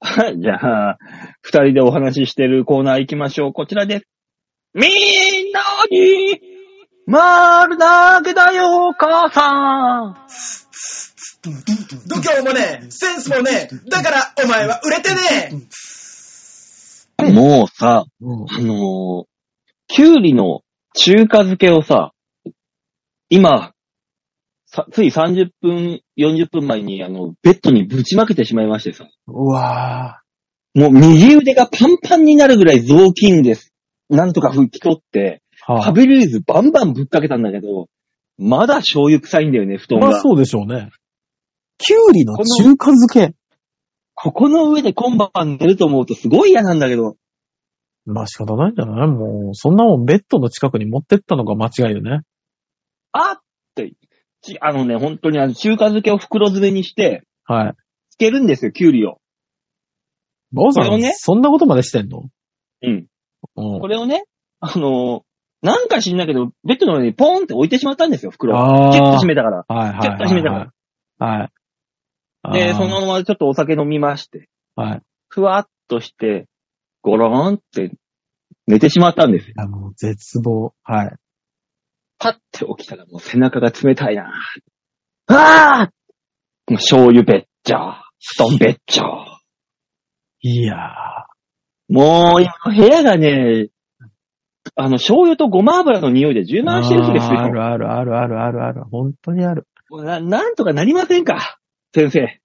B: はい、じゃあ、二人でお話ししてるコーナー行きましょう。こちらです。みんなに、丸投げだよ、母さん。
C: う。
A: 度胸もねえ、センスもねえ、だからお前は売れてね
C: うん
B: もうさ、
C: うん。
B: あのー、キュウリの中華漬けをさ、今、さつい30分、40分前に、あの、ベッドにぶちまけてしまいましてさ、
C: うわ
B: もう右腕がパンパンになるぐらい雑巾です。なんとか拭き取って、
C: ぁ。
B: ファビリーズバンバンぶっかけたんだけど、まだ醤油臭いんだよね、布団
C: まあ
B: が。
C: そうでしょうね。キュウリの中華漬け。
B: ここの上で今晩寝ると思うとすごい嫌なんだけど、
C: まあ仕方ないんじゃないもう、そんなもんベッドの近くに持ってったのが間違いよね。
B: あって、ちあのね、本当にあの、中華漬けを袋詰めにして、
C: はい。
B: つけるんですよ、キュウリを。
C: ばあさ
B: これを
C: ん、
B: ね
C: そんなことまでしてんの
B: うん。
C: うん
B: こ。れをね、あのーなんか知んないけど、ベッドの上にポーンって置いてしまったんですよ、袋を。
C: あ
B: キュッと
C: あ
B: 閉。めたから。
C: はいはい
B: キュッと閉めたか
C: はい。はい。
B: で、
C: あー
B: その、ままちょっとお酒飲みまして、
C: はい。い
B: ふわっとして、ゴローンって寝てしまったんですよ。
C: や、もう絶望。はい。
B: パッて起きたらもう背中が冷たいなああもう醤油べっちゃー、布団べっちゃー。
C: いやー。
B: もう今部屋がね、あの、醤油とごま油の匂いで充満してるんです
C: あーあ
B: よ。
C: るあるあるあるあるある。本当にある。
B: もうななんとかなりませんか先生。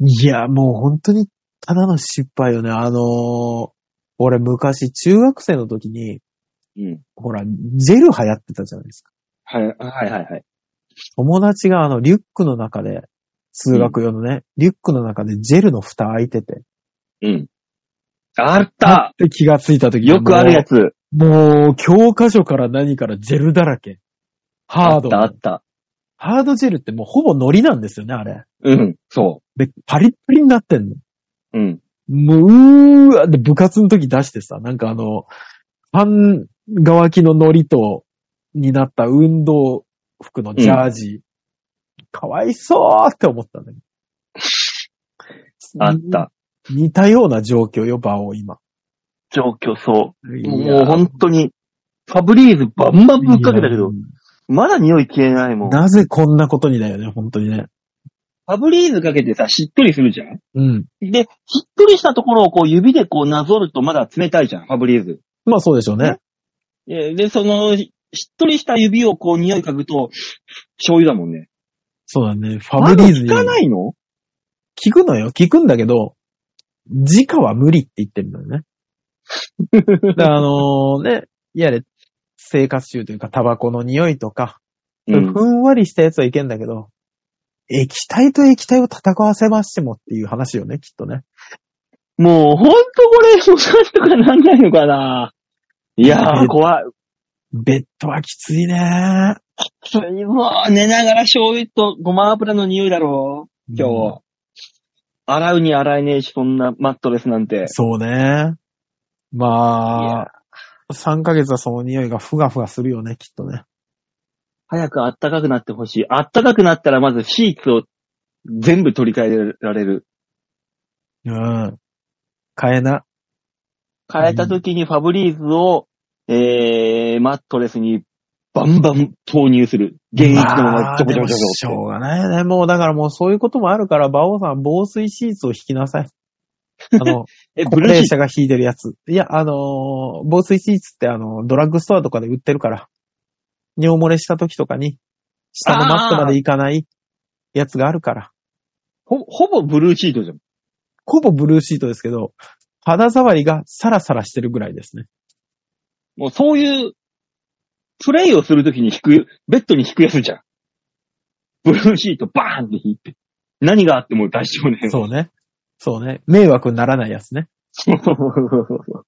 C: いや、もう本当にただの失敗よね。あのー、俺昔中学生の時に、
B: うん。
C: ほら、ジェル流行ってたじゃないですか。
B: はい、はい、はい、はい。
C: 友達があのリュックの中で、通学用のね、リュックの中でジェルの蓋開いてて、
B: うん。あった
C: で気がついた時
B: よくあるや
C: つ。
B: つ。
C: もう、教科書から何からジェルだらけ。ハ
B: あ
C: ー
B: っ
C: ド。
B: た、あった。
C: ハードジェルってもうほぼ糊なんですよね、あれ。
B: うん、そ
C: で、パリッパリになってんの。
B: う。うん。
C: もう、うーわ、で、部活の時出してさ、なんかあの、半乾きの糊と、になった運動服のジャージ。かわいそうって思ったんだけど。
B: あった。
C: に。似たような状況よ、場を今。
B: 状況そう。
C: い
B: も
C: や
B: う本当に、ファブリーズバンバンぶっかけたけど
C: い、
B: まだ匂い消えないも
C: や
B: ん。
C: なぜこんなことにだよね、本当にね。
B: ファブリーズかけてさ、しっとりするじゃん
C: うん。
B: で、しっとりしたところをこう指でこうなぞるとまだ冷たいじゃん、ファブリーズ。
C: まあそうでしょうね。
B: えで、その、ししっとりした指をこう匂い嗅ぐと、醤油だもんね。
C: そうだね。ファブリーズに。
B: まだ効かないの
C: 聞くのよ。聞くんだけど、直は無理って言ってるんだよ ね。だからあのね、いやれ、生活臭というかタバコの匂いとか、
B: うん。
C: ふんわりしたやつはいけんだけど、液体と液体を戦わせましてもっていう話よね、きっとね。
B: もう、ほんとこれ、もうなんとかなんないのかないや
C: ね
B: ー、怖い。
C: ベッドはきついね。
B: それにもう、寝ながら醤油とごま油の匂いだろう、今日。洗うに洗えねえし、そんなマットレスなんて。
C: そうね。
B: い
C: ま
B: や
C: あ、3ヶ月はその匂いがふがふがするよね、きっとね。
B: 早く暖かくなってほしい。暖かくなったらまずシーツを全部取り替えられる。
C: うん。変えな。
B: 変えた時にファブリーズを、えー、マットレスにバンバン投入する。現役のま
C: ま
B: ま
C: あ
B: ちょこちょこちょ
C: でも
B: こ
C: しょうがないよね。もうだからもうそういうこともあるから、馬王さん防水シーツを引きなさい。あの、
B: え、
C: 高
B: ブルー
C: 齢
B: シー
C: 者が引いてるやつ。いや、あのー防水シーツってあの、ドラッグストアとかで売ってるから、尿漏れした時とかに、下のマットまで行かないやつがあるから。
B: ほ、ほぼブルーシートじゃん。
C: ほぼブルーシートですけど、肌触りがサラサラしてるぐらいですね。
B: もうそういう、プレイをするときに引く、ベッドに引くやつじゃん。ブルーシートバーンって引いて。何があっても大丈夫ね。
C: そうね。そうね。迷惑にならないやつね。
B: う。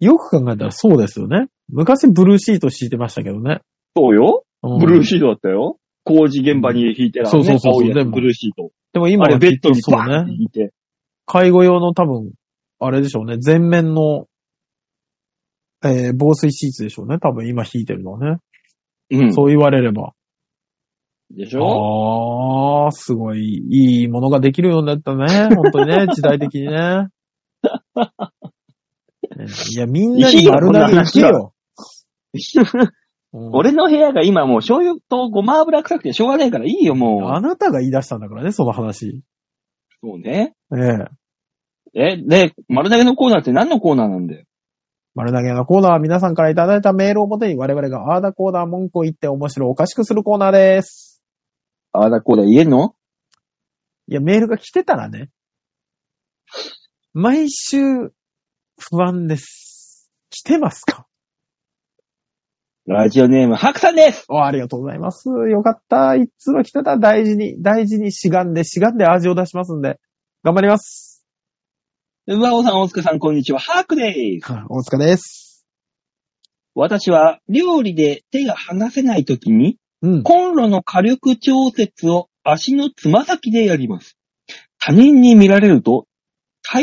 C: よく考えたらそうですよね。昔ブルーシート敷いてましたけどね。
B: そうよ。
C: うん
B: ブルーシートだったよ。工事現場に引いてら、ね、
C: そうそうそうそう
B: 青いやつ
C: でも
B: ブルーシート。
C: でも今
B: あれ
C: は
B: ベ
C: きっ
B: ッド
C: と
B: に
C: そう
B: バーンって
C: ね。
B: 引いて。
C: 介護用の多分、あれでしょうね。全面の、えー防水シーツでしょうね。多分今引いてるのはね。
B: うん。
C: そう言われれば。
B: でしょ
C: ああ、すごい、いいものができるようになったね。本当に ね、時代的にね。ねいや、みんなに丸投げ行けよ。
B: 俺の部屋が今もう醤油とごま油臭くてしょうがないからいいよ、も
C: あなたが言い出したんだからね、その話。
B: う。そうね。
C: ええ。
B: え、で、丸投げのコーナーって何のコーナーなんだよ。
C: 丸投げのコーナーは皆さんからいただいたメールをもとに我々がアーダコーナー文句を言って面白おかしくするコーナーです。
B: ああだこうだ言えんの
C: いや、メールが来てたらね。毎週、不安です。来てますか
B: ラジオネーム、白さんです
C: おありがとうございます。よかった。いつも来てたら大事に、大事にしがんで、しがんで味を出しますんで、頑張ります。
B: うわおさん、大塚さん、こんにちは。ハークです。
C: 大塚です。
B: 私は料理で手が離せないときに、
C: うん。
B: コンロの火力調節を足のつま先でやります。他人に見られると、大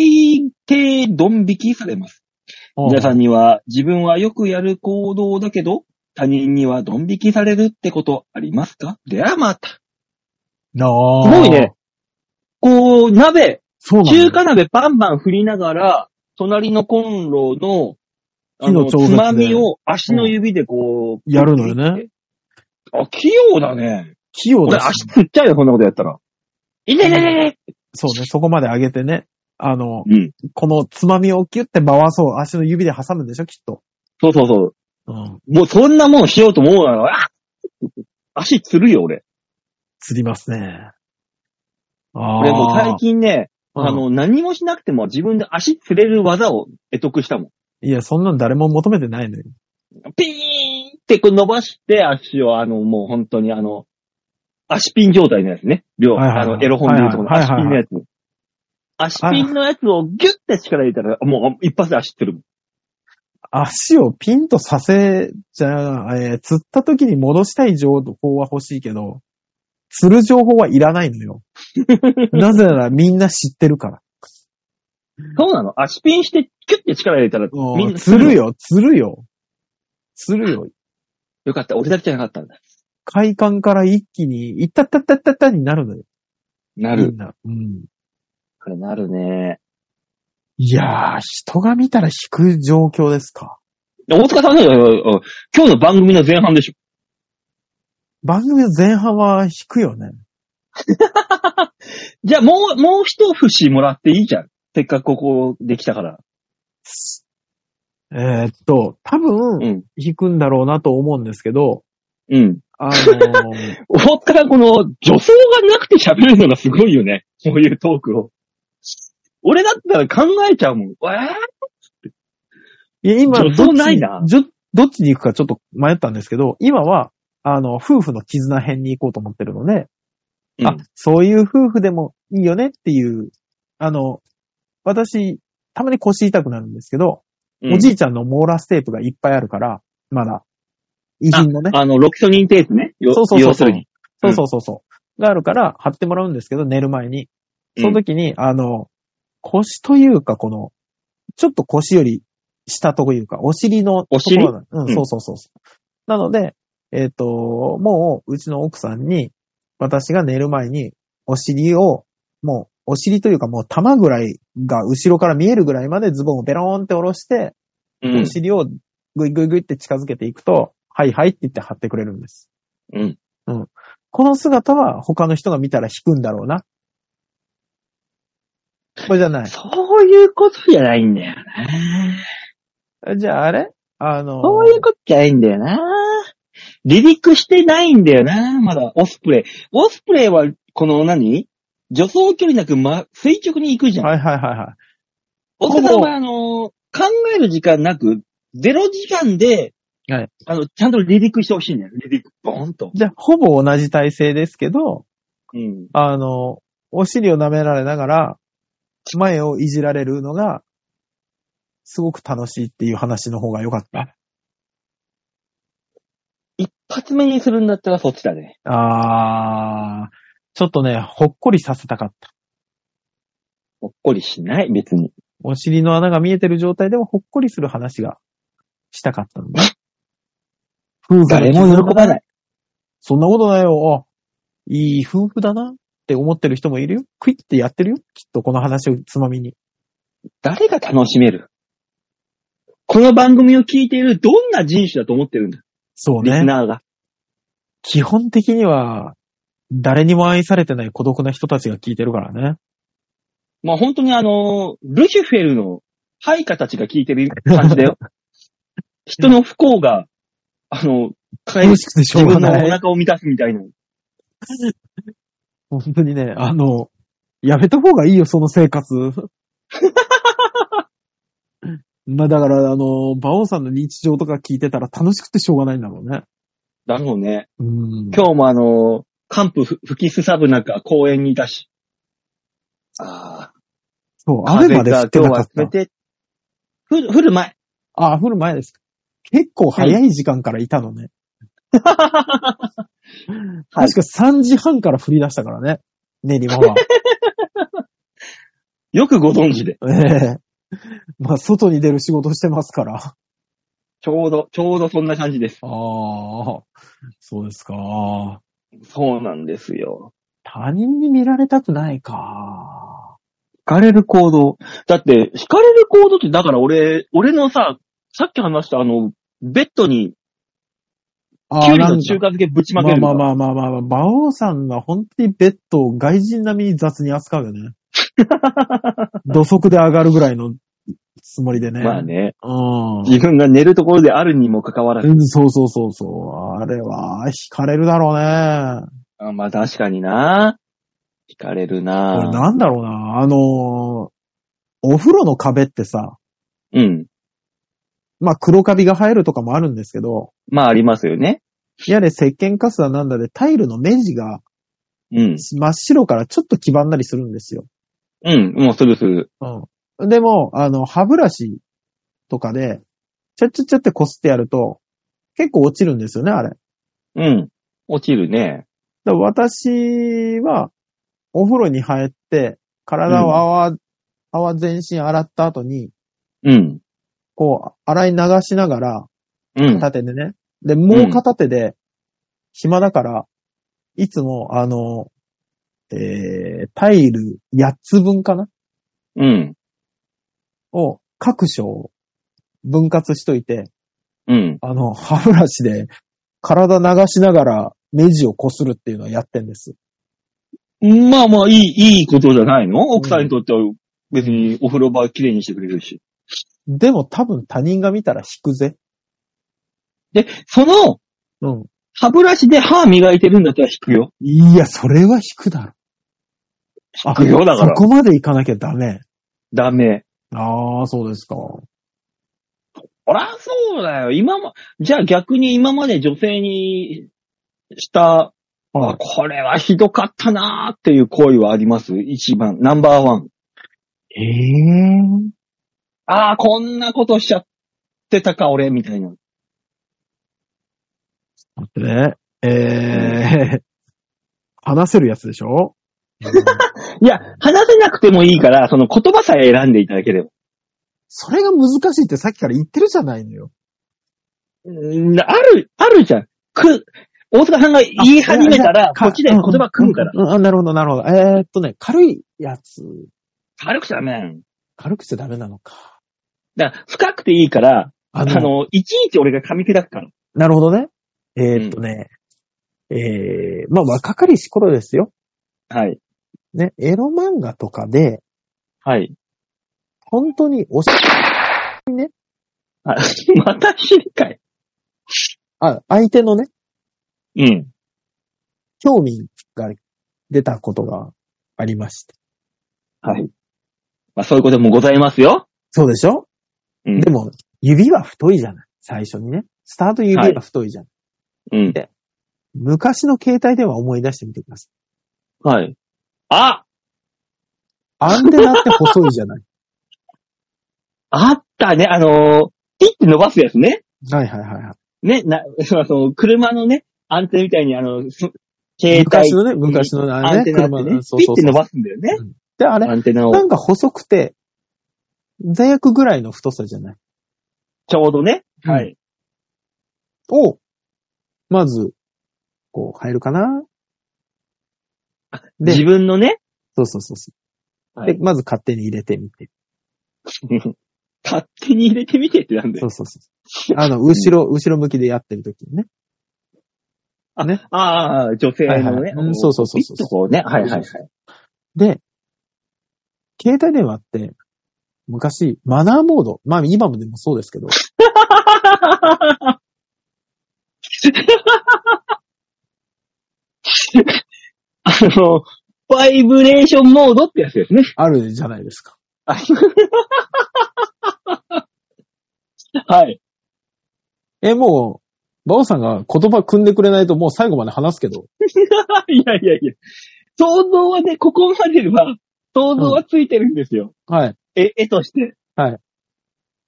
B: 抵ドン引きされます。皆さんには自分はよくやる行動だけど、他人にはドン引きされるってことありますかではまた。
C: なあ
B: すごいね。こう、鍋、
C: そうなんだ
B: 中華鍋バンバン振りながら、隣のコンロの、あの、
C: 火の調節
B: つ
C: で
B: まみを足の指でこう、
C: うんやるのよね。
B: あ、器用だね。
C: 器用
B: 俺
C: だし。
B: 足つっちゃうよ、そんなことやったら。いねいねいねいね
C: そうね、そこまで上げてね。あの、
B: うん。
C: このつまみをキュッて回そう。足の指で挟むんでしょ、きっと。
B: そうそうそう。
C: うん。
B: もうそんなもんしようと思うなら、あ足つるよ、俺。
C: 釣りますね。あ
B: 俺もう最近ね、
C: うん
B: あの、何もしなくても自分で足つれる技を得得したもん。
C: いや、そんなん誰も求めてないのよ。
B: ピーンってこう伸ばして足をあの、もう本当にあの、足ピン状態のやつね。両、
C: はいはいはい
B: あの、エロ本でいうとこの
C: はい
B: 足
C: は
B: ピン
C: いは
B: の
C: い
B: やつ。足ピンのやつをギュッて力入れたら、もう一発で足ってるもん。
C: 足をピンとさせ、じゃあ、えー釣った時に戻したい情報は欲しいけど、釣る情報はいらないの よ。なぜならみんな知ってるから。
B: そうなの足ピンしてギュッて力入れたら、みんな
C: 釣る
B: よ。
C: よ、釣るよ。釣るよ。
B: よかった。俺だけじゃなかったんだ。
C: 快感から一気に、いったったったったったになるのよ。
B: な
C: み
B: る。
C: んな。うん。
B: これなるね。
C: いやー、人が見たら引く状況ですか。
B: 大塚さんね、おいおいおい今日の番組の前半でしょ。
C: 番組の前半は引くよね。
B: じゃあもう、もう一節もらっていいじゃん。せっかくここできたから。
C: えーっと、多
B: う
C: 分、
B: ん。
C: 引くんだろうなと思うんですけど、
B: うん。
C: あ のー
B: 大塚さん、この、助走がなくて喋るのがすごいよね。こういうトークを。俺だったら考えちゃうもん。わ
C: いや、今、ど
B: 助
C: っち
B: 走ない
C: に
B: な
C: じょどっちに行くかちょっと迷ったんですけど、今は、あの、夫婦の絆編に行こうと思ってるので、
B: ー
C: あ、そういう夫婦でもいいよねっていう、あの、私、たまに腰痛くなるんですけど、
B: うん
C: おじいちゃんのモーラステープがいっぱいあるから、まだ、遺品のね、
B: あの、ロキソニンテープね。よ
C: そうそうそう
B: 要するに。
C: そうそうそうそう、があるから貼ってもらうんですけど、寝る前に。その時に、あの、腰というか、この、ちょっと腰より下というか、お尻の
B: お尻
C: ところな
B: う
C: うんん、そうそうそうそう。なので、えっ、と、もう、うちの奥さんに、私が寝る前に、お尻を、もう、お尻というか、もう、玉ぐらいが後ろから見えるぐらいまでズボンをベローンって下ろして、
B: うん
C: お。尻をグイグイグイって近づけていくと、はいはいって言って貼ってくれるんです。
B: うん。
C: うん。この姿は他の人が見たら引くんだろうな。これじゃない。
B: そういうことじゃないんだよな。
C: じゃああれあの、
B: そういうことじゃないんだよな。離陸してないんだよな。まだ、オスプレイ。オスプレイは、この何助走距離なく、ま、垂直に行くじゃん。
C: はいはいはいはい。
B: 大塚さんは、あのー、考える時間なく、ゼロ時間で、
C: はい
B: あの、ちゃんと離陸してほしいんだよ。離陸、ボーンと。
C: じゃあ、ほぼ同じ体勢ですけど、
B: うん。
C: あの、お尻を舐められながら、前をいじられるのが、すごく楽しいっていう話の方が良かった。
B: 一発目にするんだったらそっちだね。
C: あー、ちょっとね、ほっこりさせたかった。
B: ほっこりしない、別に。
C: お尻の穴が見えてる状態でもほっこりする話がしたかったんだ。夫婦の絆
B: 誰も喜ばない。
C: そんなことないよ。あいい夫婦だなって思ってる人もいるよ。クイッてやってるよ。きっとこの話をつまみに。
B: 誰が楽しめるこの番組を聞いているどんな人種だと思ってるんだ
C: そう
B: リ
C: ね
B: ス。ナーが。
C: 基本的には、誰にも愛されてない孤独な人たちが聞いてるからね。
B: まあ本当にあの、ルシフェルの配下たちが聞いてる感じだ よ。人の不幸が、あの、
C: 苦しくてしょ
B: 自
C: うが
B: 分のお
C: ない。
B: 腹を満たすみたいな。
C: 本当にね、あの、やめた方がいいよ、その生 活。まあだから、あの、馬王さんの日常とか聞いてたら楽しくてしょうがないんだろうね。
B: だろうね。
C: うん。
B: 今日もあの、寒風吹きすさぶ中公園にいたし。あ
C: そう、
B: あ。
C: 雨ま
B: 風
C: で降
B: が
C: って
B: 今日
C: なか
B: は
C: った
B: 冷。て、降る、降る前。
C: あ、降る前です。結構早い時間からいたのね。
B: はい
C: 確か3時半から降り出したからね。練馬は。
B: よくご存知で。
C: ええまあ、外に出る仕事してますから。あ
B: ちょうど、ちょうどそんな感じです。
C: あ、そうですか。
B: そうなんですよ。
C: 他人に見られたくないか。
B: 惹かれる行動。だって、惹かれる行動って、だから俺、俺のさ、さっき話したあの、ベッドに、
C: あ
B: キュウリ
C: なん
B: の
C: だ
B: 中華漬けぶちま
C: ま
B: け
C: あ
B: る
C: まあ
B: あ
C: まあまあまあ、馬王さんが本当にベッドを外人並みに雑に扱う よね。土足で上がるぐらいのつもりでね。
B: まあね。
C: うん。
B: 自分が寝るところであるにもかかわらず。
C: うん、そうそうそうそう。あれは、惹かれるだろうね。
B: あまあ確かにな。惹かれる
C: これ
B: な。
C: なんだろうな。あのーお風呂の壁ってさ、
B: うん。
C: まあ黒カビが生えるとかもあるんですけど、
B: まあありますよね。
C: やれ石鹸カスだなんだでタイルの目地が
B: うん。
C: 真っ白からちょっと黄ばんだりするんですよ。
B: うん。もうすぐすぐ。
C: うん。でも、あの、歯ブラシとかで、ちゃっちゃっちゃって擦ってやると、結構落ちるんですよね、あれ。
B: うん。落ちるね。
C: だから私は、お風呂に入って、体を泡、泡全身洗った後に、
B: うん。
C: こう、洗い流しながら、
B: うん。
C: 片手でね。で、もう片手で、暇だから、いつも、あの、えー、タイル8つ分かな
B: うん。
C: を、各所、分割しといて、
B: うん。
C: あの、 歯ブラシで、体流しながら、目地をこするっていうのをやってんです。
B: まあまあ、いい、いいことじゃないの奥さんにとっては別にお風呂場きれいにしてくれるし。
C: でも多分他人が見たら引くぜ。
B: で、その、
C: うん。
B: 歯ブラシで歯磨いてるんだったら引くよ。
C: いや、それは引くだろ。
B: 引くよ、だから。
C: そこまで行かなきゃダメ。
B: ダメ。
C: ああ、そうですか。
B: ほら、そうだよ。今ま、じゃあ逆に今まで女性にした、あ、これはひどかったなーっていう行為はあります一番、ナンバーワン。
C: ええ
B: ああ、こんなことしちゃってたか、俺、みたいな。
C: ね。ええ 話せるやつでしょ
B: いや、話せなくてもいいから、その言葉さえ選んでいただければ。
C: それが難しいってさっきから言ってるじゃないのよ。
B: うんある、あるじゃん。く、大塚さんが言い始めたら、こっちで言葉組むから。
C: うん。うんあ、なるほど、なるほど。えーっとね、軽いやつ。
B: 軽くちゃダメなの
C: 軽くちゃダメなのか。
B: だから、深くていいから、
C: あ
B: あ
C: の、
B: の、いちいち俺が噛み砕くから。
C: なるほどね。えーっとね、えー、まあ若かりし頃ですよ。
B: はい。
C: ね、エロ漫画とかで、
B: はい。
C: 本当におし、
B: あ また知りかい。
C: あ、相手のね、
B: うん。
C: 興味が出たことがありまして。
B: はい。まあ、そういうこともございますよ。
C: そうでしょ、
B: うん
C: でも、指は太いじゃない。最初にね。スタート指は太いじゃん。
B: うん。
C: 昔の携帯電話思い出してみてください。
B: はい。あ
C: アンテナって細いじ ゃない。
B: あったね。あのー、ピッて伸ばすやつね。
C: はいはいはいはい。
B: ね、な、そうそう、車のね、安定みたいに、あの、す携帯、
C: 昔のね、昔のね、あ
B: ア
C: れ
B: ン
C: ね、
B: テナって
C: 車の
B: ね、ピ
C: ね、そうそ
B: ッ
C: う
B: て
C: そ
B: 伸
C: う。
B: ばすんだよね。
C: で、あれ、
B: アンテナを。
C: なんか細くて、罪悪ぐらいの太さじゃない。
B: ちょうどね。はい。
C: を、まず、こう、入るかなで
B: 自、分のね。
C: そうそうそうそう。
B: はい
C: で、まず勝手に入れてみて。
B: 勝手に入れてみてってなんだ
C: そ
B: よ。
C: うそうそう。あの、後 ろ、後ろ向きでやってる時にね。
B: あ、ね。ああ、女性の
C: はい
B: ね
C: はい。うんそうそうそうそう
B: ピッとこうね。はいはいはい。
C: で、携帯電話って、昔、マナーモード。まあ、今もでもそうですけど。
B: あの、バイブレーションモードってやつですね。
C: あるじゃないですか。
B: はい。
C: え、もう、バオさんが言葉組んでくれないともう最後まで話すけど。
B: いやいやいや。想像はね、ここまでは、想像はついてるんですよ。
C: はい。
B: え、絵として。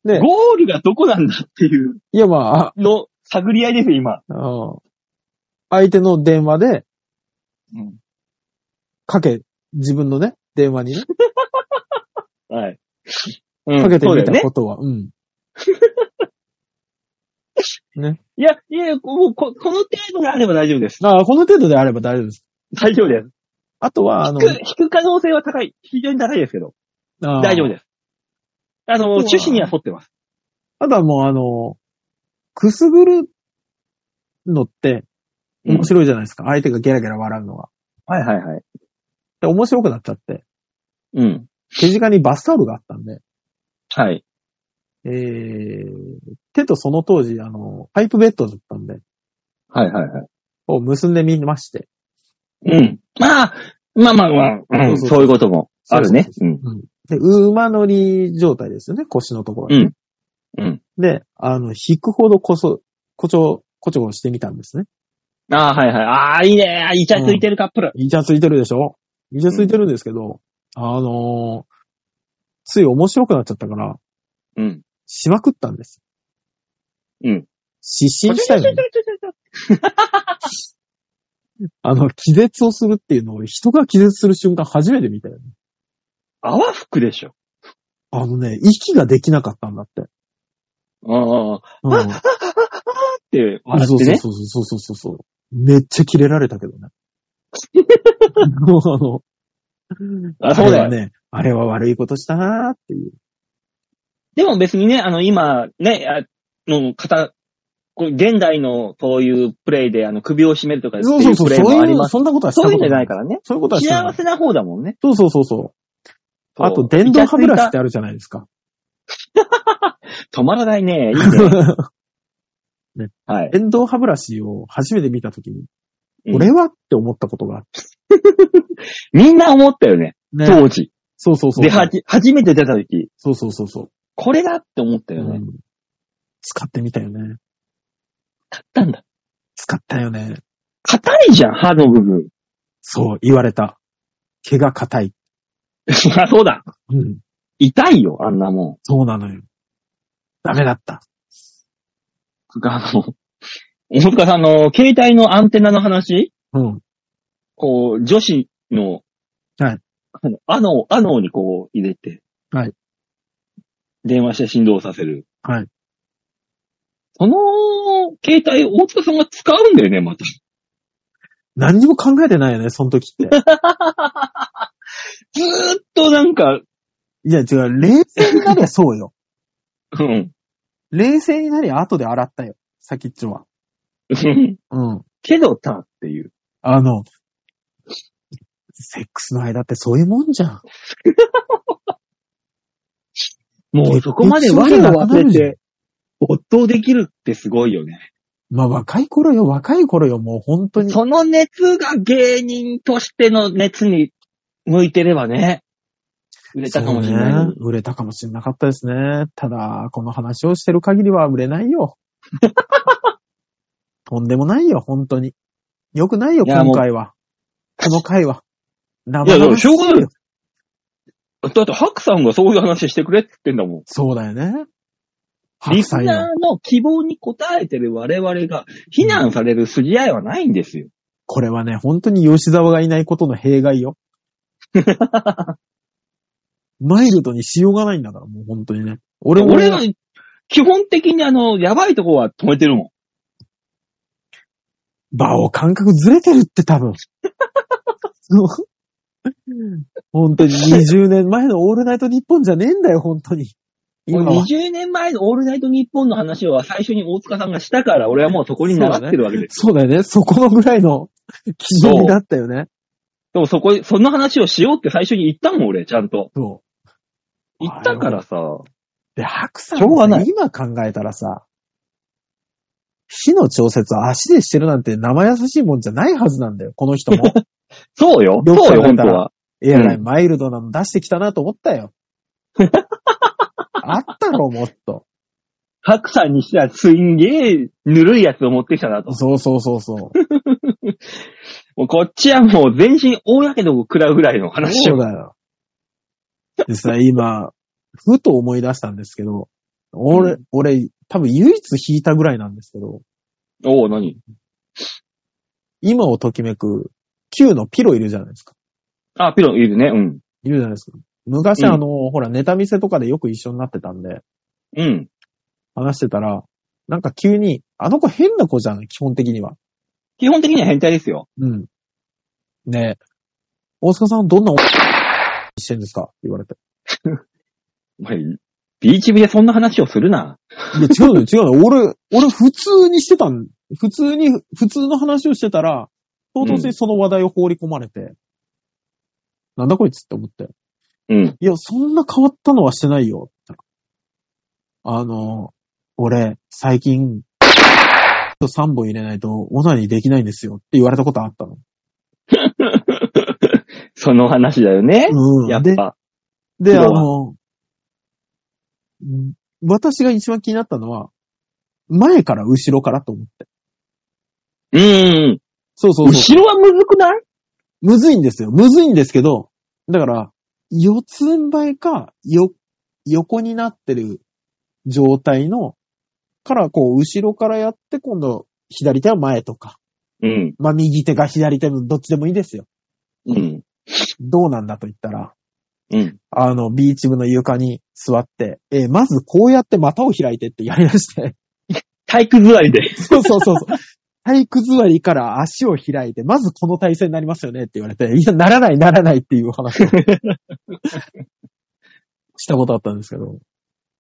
C: で、
B: ゴールがどこなんだっていう
C: いやまあ、あ
B: の探り合いですよ、今。
C: あの相手の電話で
B: うん。
C: かけ、自分のね、電話にね、
B: はい。うん
C: かけて
B: そうだ
C: み
B: よ
C: た
B: ね。
C: ことは、うん。
B: いや、いや、もうこ、この程度があれば大丈夫です。
C: ああ、この程度であれば大丈夫です。
B: 大丈夫です。
C: あとは、あの、
B: 引く、引く可能性は高い。非常に高いですけど。
C: ああ
B: 大丈夫です。あの、
C: うわ
B: 趣旨には沿ってます。
C: あとはもうあの、くすぐるのって面白いじゃないですか。相手がゲラゲラ笑うのが。
B: はいはいはい。
C: で、面白くなっちゃって。
B: うん。
C: 手近にバスタオルがあったんで、
B: はい。
C: えー、手とその当時、あの、パイプベッドだったんで、
B: はいはいはい。
C: を結んでみまして。
B: うん。まあ、まあまあまあ、うん
C: そうそう
B: そういうこともあるね
C: そう。
B: うん。
C: で、馬乗り状態ですよね、腰のところ、ね。
B: うん
C: で、あの、引くほどこそ、こちょ、こちょこしてみたんですね。
B: ああ、はいはい。ああ、いいね。イチャついてるカップル。
C: イチャついてるでしょイチャついてるんですけど、あのーつい面白くなっちゃったから、
B: うん。
C: しまくったんです。
B: うん。
C: 失神したいのに、あの、気絶をするっていうのを人が気絶する瞬間初めて見たよね。
B: 泡吹くでしょ。
C: あのね、息ができなかったんだって。
B: ああ、っ
C: うん。
B: て笑
C: そ
B: っ
C: う
B: てね。
C: そうそうそうそうそう。めっちゃキレられたけど ね。もうあの、
B: あそうだよ
C: あれはね。あれは悪いことしたなーっていう。
B: でも別にね、あの、今、ね、あの、方、こう現代のそういうプレイで、あの、首を絞めるとかって
C: そう
B: い
C: そう
B: う
C: そ
B: プ
C: う、
B: レイ
C: そ
B: も
C: う
B: あ
C: い
B: り
C: う、
B: ます。
C: そんなことはした
B: そ
C: こ
B: うい
C: と
B: うんじゃ
C: な
B: ない
C: い。
B: からね。
C: そういうことはした
B: 幸
C: ない。
B: せな方だもんね。
C: そうそうそうそう。あと、電動歯ブラシってあるじゃないで すか。
B: 止まらないね。いいね。はい。
C: 電動歯ブラシを初めて見たときに、
B: うん
C: 俺はって思ったことがあって。
B: みんな思ったよね。
C: ね
B: 当時。
C: そうそうそう。
B: で、はじ、初めて出た時。
C: そうそうそうそう。
B: これだって思ったよ
C: う
B: ね。
C: ん使ってみたよね。
B: 買ったんだ。
C: 使ったよね。
B: 硬いじゃん、歯の部分。
C: そう、言われた。毛が硬い。
B: あ、そうだ。
C: うん。
B: 痛いよ、あんなもん。
C: そうなのよ。ダメだった。
B: あの、 大塚さんの携帯のアンテナの話
C: うん。
B: こう、女子の、
C: はい
B: あの。あの、あのにこう入れて。
C: はい
B: 電話して振動させる。
C: はい。
B: その、携帯、大塚さんが使うんだよね、また。
C: 何にも考えてないよね、その時って。
B: ずーっとなんか、
C: いや、違う、冷静になりゃそうよ。
B: うん。
C: 冷静になりゃ後で洗ったよ。先っちょは。
B: うん
C: うん。
B: けどさ、っていう。
C: あの、セックスの間ってそういうもんじゃん。
B: もうそこまで我を忘れて、没頭できるってすごいよね。
C: まあ、若い頃よ、若い頃よ、もう本当に。
B: その熱が芸人としての熱に向いてればね、売れたかもしれない。
C: そうね売れたかもしれなかったですね。ただ、この話をしてる限りは売れないよ。 とんでもないよ、本当に。よくないよ、
B: いや
C: 今回は。この回は。生
B: いや、だから
C: 々
B: し
C: しい
B: ょう
C: よ
B: がないよ。だって、ハクさんがそういう話してくれって言ってんだもん。
C: そうだよね。
B: リ
C: 白
B: ス
C: 菜の
B: ナーの希望に応えてる我々が、非難される筋合いはないんですよ。
C: これはね、本当に吉沢がいないことの弊 害よ。マイルドにしようがないんだから、もう本当にね。俺も、
B: 俺は、基本的にあの、やばいとこは止めてるもん。
C: バオ感覚ずれてるって 多分。本当に20年前のオールナイト日本じゃねえんだよ、本当に。今は。
B: 20年前のオールナイトニッポンの話は最初に大塚さんがしたから、俺はもうそこに習ってるわけです。
C: そうだよね。そこのぐらいの基準だったよね。
B: でもそこ、その話をしようって最初に言ったもん、俺、ちゃんと。
C: そう。
B: 言ったからさ。
C: で、白さん
B: しょうがない
C: 今考えたらさ、死の調節を足でしてるなんて生優しいもんじゃないはずなんだよ、この 人も。
B: そうよ。
C: よく考えたら
B: そうよ、本当は。
C: えらい
B: うん
C: マイルドなの出してきたなと思っ たよ。あったろ、もっと。
B: 白さんにしてはすんげえぬるいやつを持ってきたなと。
C: そうそうそうそう。
B: もうこっちはもう全身大やけどを食らうぐらいの話
C: そう
B: を。
C: だよ。でさ、今、ふと思い出したんですけど、俺、
B: う
C: 俺、多分唯一弾いたぐらいなんですけど、
B: おお何
C: 今をときめく Q のピロいるじゃないですか。
B: あ、ピロンいるね。うん。
C: いるじゃないですか。昔、
B: うん
C: あの、ほら、ネタ見せとかでよく一緒になってたんで、
B: うん。
C: 話してたら、なんか急に、あの子変な子じゃない基本的には。
B: 基本的には変態ですよ。
C: うん。ねえ。大塚さんどんなおしてんですかって言われて。
B: お前ビーチ部でそんな話をするな。
C: いや、違うのよ違うのよ。俺、俺普通にしてたん、普通に、普通の話をしてたら、唐突にその話題を放り込まれて、なんだこいつって思って。
B: うん。
C: いや、そんな変わったのはしてないよ。ってあの、俺、最近、3本入れないと、オナにできないんですよって言われたことあったの。
B: その話だよね。
C: うん。
B: やっ
C: で、
B: ぱ。
C: で、
B: プ
C: あ
B: ロは
C: の、ん私が一番気になったのは、前から後ろからと思っ
B: う
C: て。
B: ーん。
C: そうそうそ
B: 後
C: う。
B: ろはむずくない
C: むずいんですよ。むずいんですけど、だから、四つん這いか、よ、横になってる状態の、から、こう、後ろからやって、今度、左手は前とか。
B: うん。
C: まあ、右手か左手もどっちでもいいですよ。
B: うん。
C: どうなんだと言ったら、
B: うん。
C: あの、ビーチ部の床に座って、えーまずこうやって股を開いてってやり出して、
B: 体育座りで。
C: そうそうそうそう。体育座りから足を開いて、まずこの体勢になりますよねって言われて、いや、ならない、ならないっていう話を したことあったんですけど、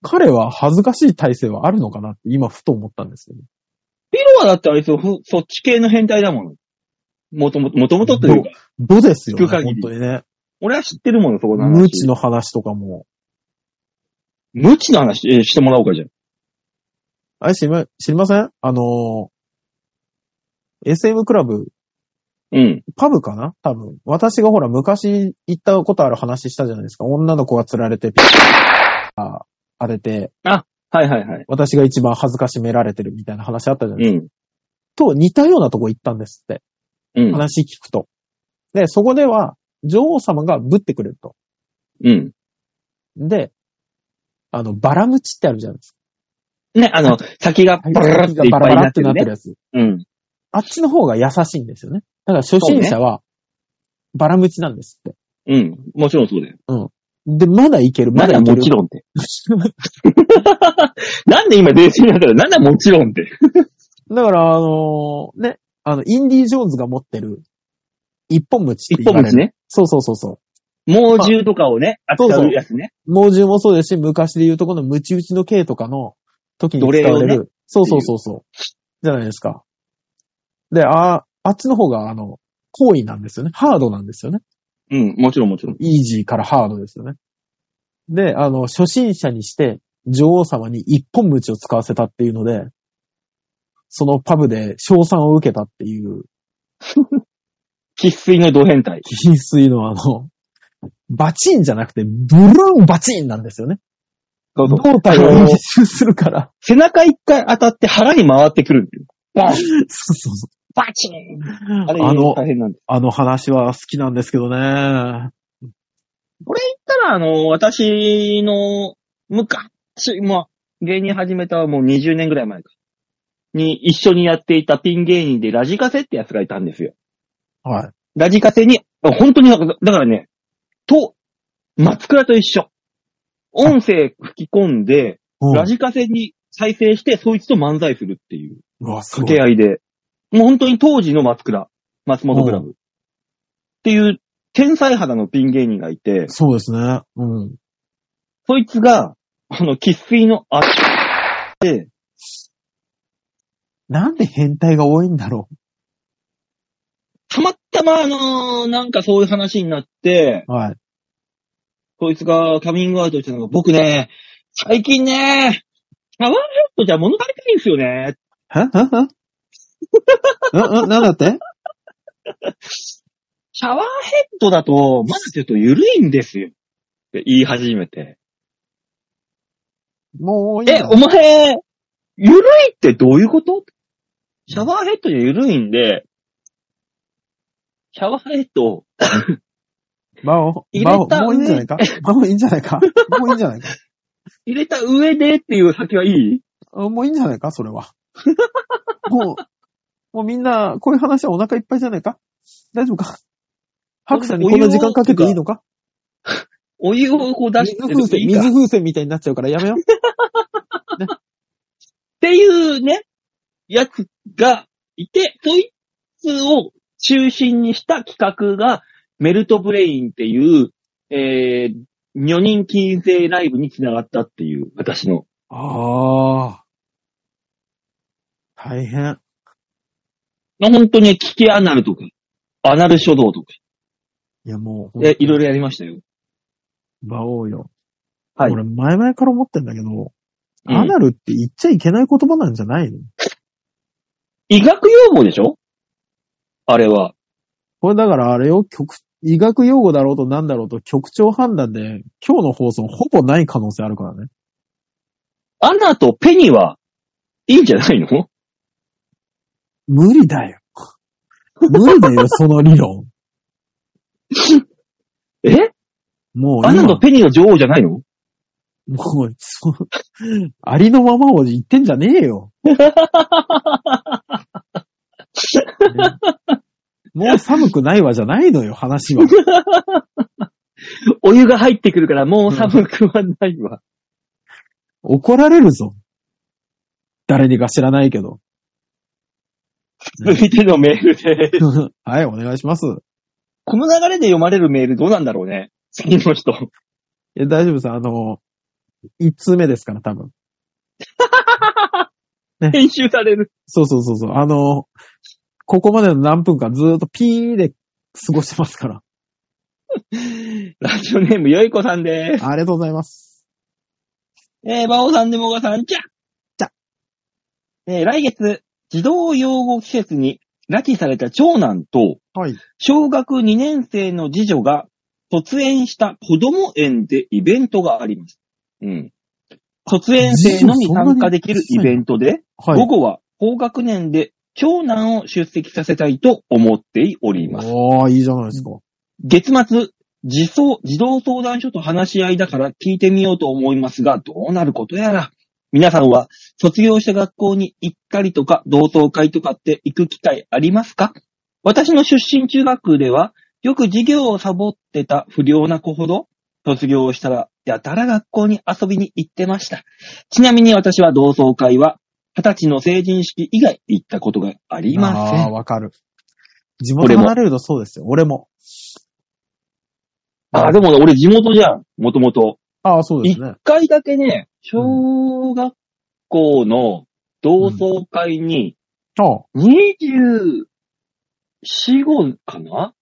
C: 彼は恥ずかしい体勢はあるのかなって今ふと思ったんですよね。
B: ピロはだってあいつ、ふそっち系の変態だもん。もともと、もともとというか、
C: どうですよね、
B: 聞く限
C: 本
B: り
C: 当にね。
B: 俺は知ってるもの、そこの話。
C: 無知の話とかも。
B: 無知の話、えーしてもらおうか、じゃあ
C: あれ、知りま、知りませんあのー SM クラブ、
B: うん。
C: パブかな多分。私がほら、昔行ったことある話したじゃないですか。女の子が釣られて、ピッあ当てて、
B: はいはいはい。
C: 私が一番恥ずかしめられてるみたいな話あったじゃないです
B: う
C: か。
B: ん。
C: と、似たようなとこ行ったんですって。
B: うん。
C: 話聞くと。で、そこでは、女王様がぶってくれると。
B: うん。
C: で、あの、バラムチってあるじゃないです
B: ね、あの、先が
C: か。
B: バラっていっ
C: バ
B: ぱいにな
C: ラバラっ
B: ってて
C: なっ
B: るね
C: てる。やつ。
B: うん。
C: あっちの方が優しいんですよね。だから初心者は、バラムチなんですって。
B: うん。もちろんそうだよ。
C: で、まだいける、
B: ま
C: まだ
B: だ
C: いけ
B: も
C: る
B: ち。ろんって。 なんで今冷静になったら、なんだもちろんって。
C: だから、あのーね、あの、インディ・ジョーンズが持ってる、一本鞭って
B: 一
C: 言
B: 本
C: われる。
B: 道ね。
C: そうそうそうそう。
B: 猛獣とかをね、
C: そう
B: 扱うやつね。
C: 猛獣もそうですし、昔で言うとこのムチ打ちの刑とかの時に使わ
B: 奴
C: れ
B: 隷を
C: る。そうそうそうそう。じゃないですか。で、あ、あっちの方が、あの、行為なんですよね。ハードなんですよね。
B: うん、もちろんもちろん。
C: イージーからハードですよね。で、あの、初心者にして、女王様に一本鞭を使わせたっていうので、そのパブで賞賛を受けたっていう、
B: 喫水のド変態。
C: 翡翠のあの、バチンじゃなくて、ブランバチンなんですよね。
B: そうそう
C: 胴体を
B: あの
C: 一周するから。
B: 背中一回当たって腹に回ってくるんだよ。バン
C: そうそうそう。
B: バチンあれ、
C: あの
B: 大変なんです。
C: あの話は好きなんですけどね。
B: ただ、あの、私の、昔、まあ、芸人始めたもう20年ぐらい前か。に、一緒にやっていたピン芸人でラジカセってやつがいたんですよ。
C: はい。
B: ラジカセに、あ本当になんか、だからね、と、松倉と一緒。音声吹き込んで、
C: うん
B: ラジカセに再生して、そいつと漫才するっていう
C: うわ、す
B: 掛
C: げ
B: け
C: え。
B: 合いで。もう本当に当時の松倉、松本クラブ。っていう、天才肌のピン芸人がいて、
C: そうですね。うん。
B: そいつが、あの、喫水のあで、
C: なんで変態が多いんだろ
B: たまたま、あのーなんかそういう話になって、
C: う。はい。
B: こいつがカミングアウトしたのが、僕ね、最近ね、シャワーヘッドじゃ物足りないんですよね。
C: はははうんうん、 なんだって
B: シャワーヘッドだと、まだちょっと緩いんですよ。って言い始めて。
C: もういい
B: え、
C: な
B: お前、緩いってどういうことシャワーヘッドで緩いんで、シャワーヘッドを
C: 魔王、
B: 入れ
C: 魔王、
B: た
C: もういいんじゃないか魔王いいんじゃないかもういいんじゃないか
B: 入れた上でっていう先はいい
C: もういいんじゃないかそれは。もう、もうみんな、こういう話はお腹いっぱいじゃないか大丈夫か白さんにこんな時間かけていいのか
B: お湯をこう出し
C: 水
B: て
C: 風
B: るとい
C: 船、
B: いか
C: 水
B: っ
C: 風船みたいになっちゃうからやめよう。
B: ていうね、やつがいて、そいつを中心にした企画が、メルトブレインっていう、えー、女人禁制ライブに繋がったっていう、私の。
C: ああ。大変。
B: まあ、本当にね、キキアナルとか、アナル書道とか、
C: いやもう、
B: えいろいろやりましたよ。
C: 馬王よ。
B: はい
C: 俺、前々から思ってんだけど、
B: うん
C: アナルって言っちゃいけない言葉なんじゃないの
B: 医学用語でしょあれは。
C: これだからあれよ、局、医学用語だろうとなんだろうと局長判断で、今日の放送ほぼない可能性あるからね。
B: アナとペニは、いいんじゃないの
C: 無理だよ。無理だよ、その理論。
B: え
C: もう
B: アナ
C: 今
B: と、ペニの女王じゃないの
C: もう、そう、ありのままを言ってんじゃねえ よ。ねもう寒くないわじゃないのよ、話は。
B: お湯が入ってくるからもう寒くはないわ。
C: 怒られるぞ。誰にか知らないけど。
B: 続いてのメールで。
C: はい、お願いします。
B: この流れで読まれるメールどうなんだろうね。次の人。
C: いや、大丈夫です。あの、一通目ですから、多分。
B: 編集される。
C: そうそうそうそう。あの、ここまでの何分間ずーっとピーで過ごしてますから。
B: ラジオネーム、よいこさんで
C: ありがとうございます。
B: す。えー、バオさんでもがさん、じゃ
C: じゃ
B: えー、来月、児童養護施設に拉致された長男と、
C: はい。
B: 小学2年生の次女が卒園した子供園でイベントがあります。うん。卒園生のみ参加できるイベントで、
C: はい。
B: 午後は高学年で長男を出席させたいと思っております。
C: おー、いいじゃないですか。
B: 月末、児相児童相談所と話し合いだから聞いてみようと思いますが、どうなることやら。皆さんは卒業した学校に行ったりとか、同窓会とかって行く機会ありますか私の出身中学では、よく授業をサボってた不良な子ほど、卒業したら、やたら学校に遊びに行ってました。ちなみに私は同窓会は、二十歳の成人式以外行ったことがありませ
C: あー、
B: ん。
C: わかる。地
B: 俺
C: 元
B: も
C: 離れるとそうですよ。俺も。
B: あー、でもね俺地元じゃん、もともと。
C: ああ、そうですね
B: 一。回だけね、小学校の同窓会に、
C: ああ、
B: 24、5かな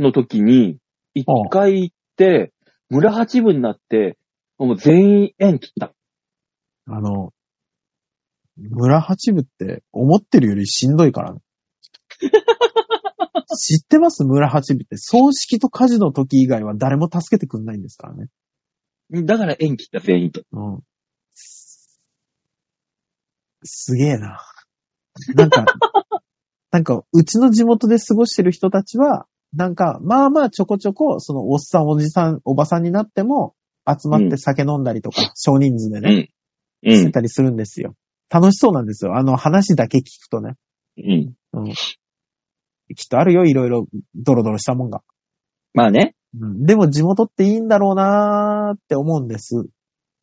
B: の時に、一回行って、村八分になって、もう全員縁切った。
C: あの、村八部って思ってるよりしんどい からね。知ってます村八部って。葬式と火事の時以外は誰も助けてくんないんですからね。
B: だから縁切った、全員と。
C: うん。すげえな。な んか、なんか、うちの地元で過ごしてる人たちは、なんか、まあまあちょこちょこ、そのおっさん、おじさん、おばさんになっても、集まっ
B: う
C: て
B: ん
C: 酒飲んだりとか、少人数でね、
B: う
C: して。たりするんですよ。楽しそうなんですよ。あの話だけ聞くとね。
B: うん。
C: きっとあるよ、いろいろ、ドロドロしたもんが。
B: まあね。
C: うん、でも地元っていいんだろうなーって思うんです。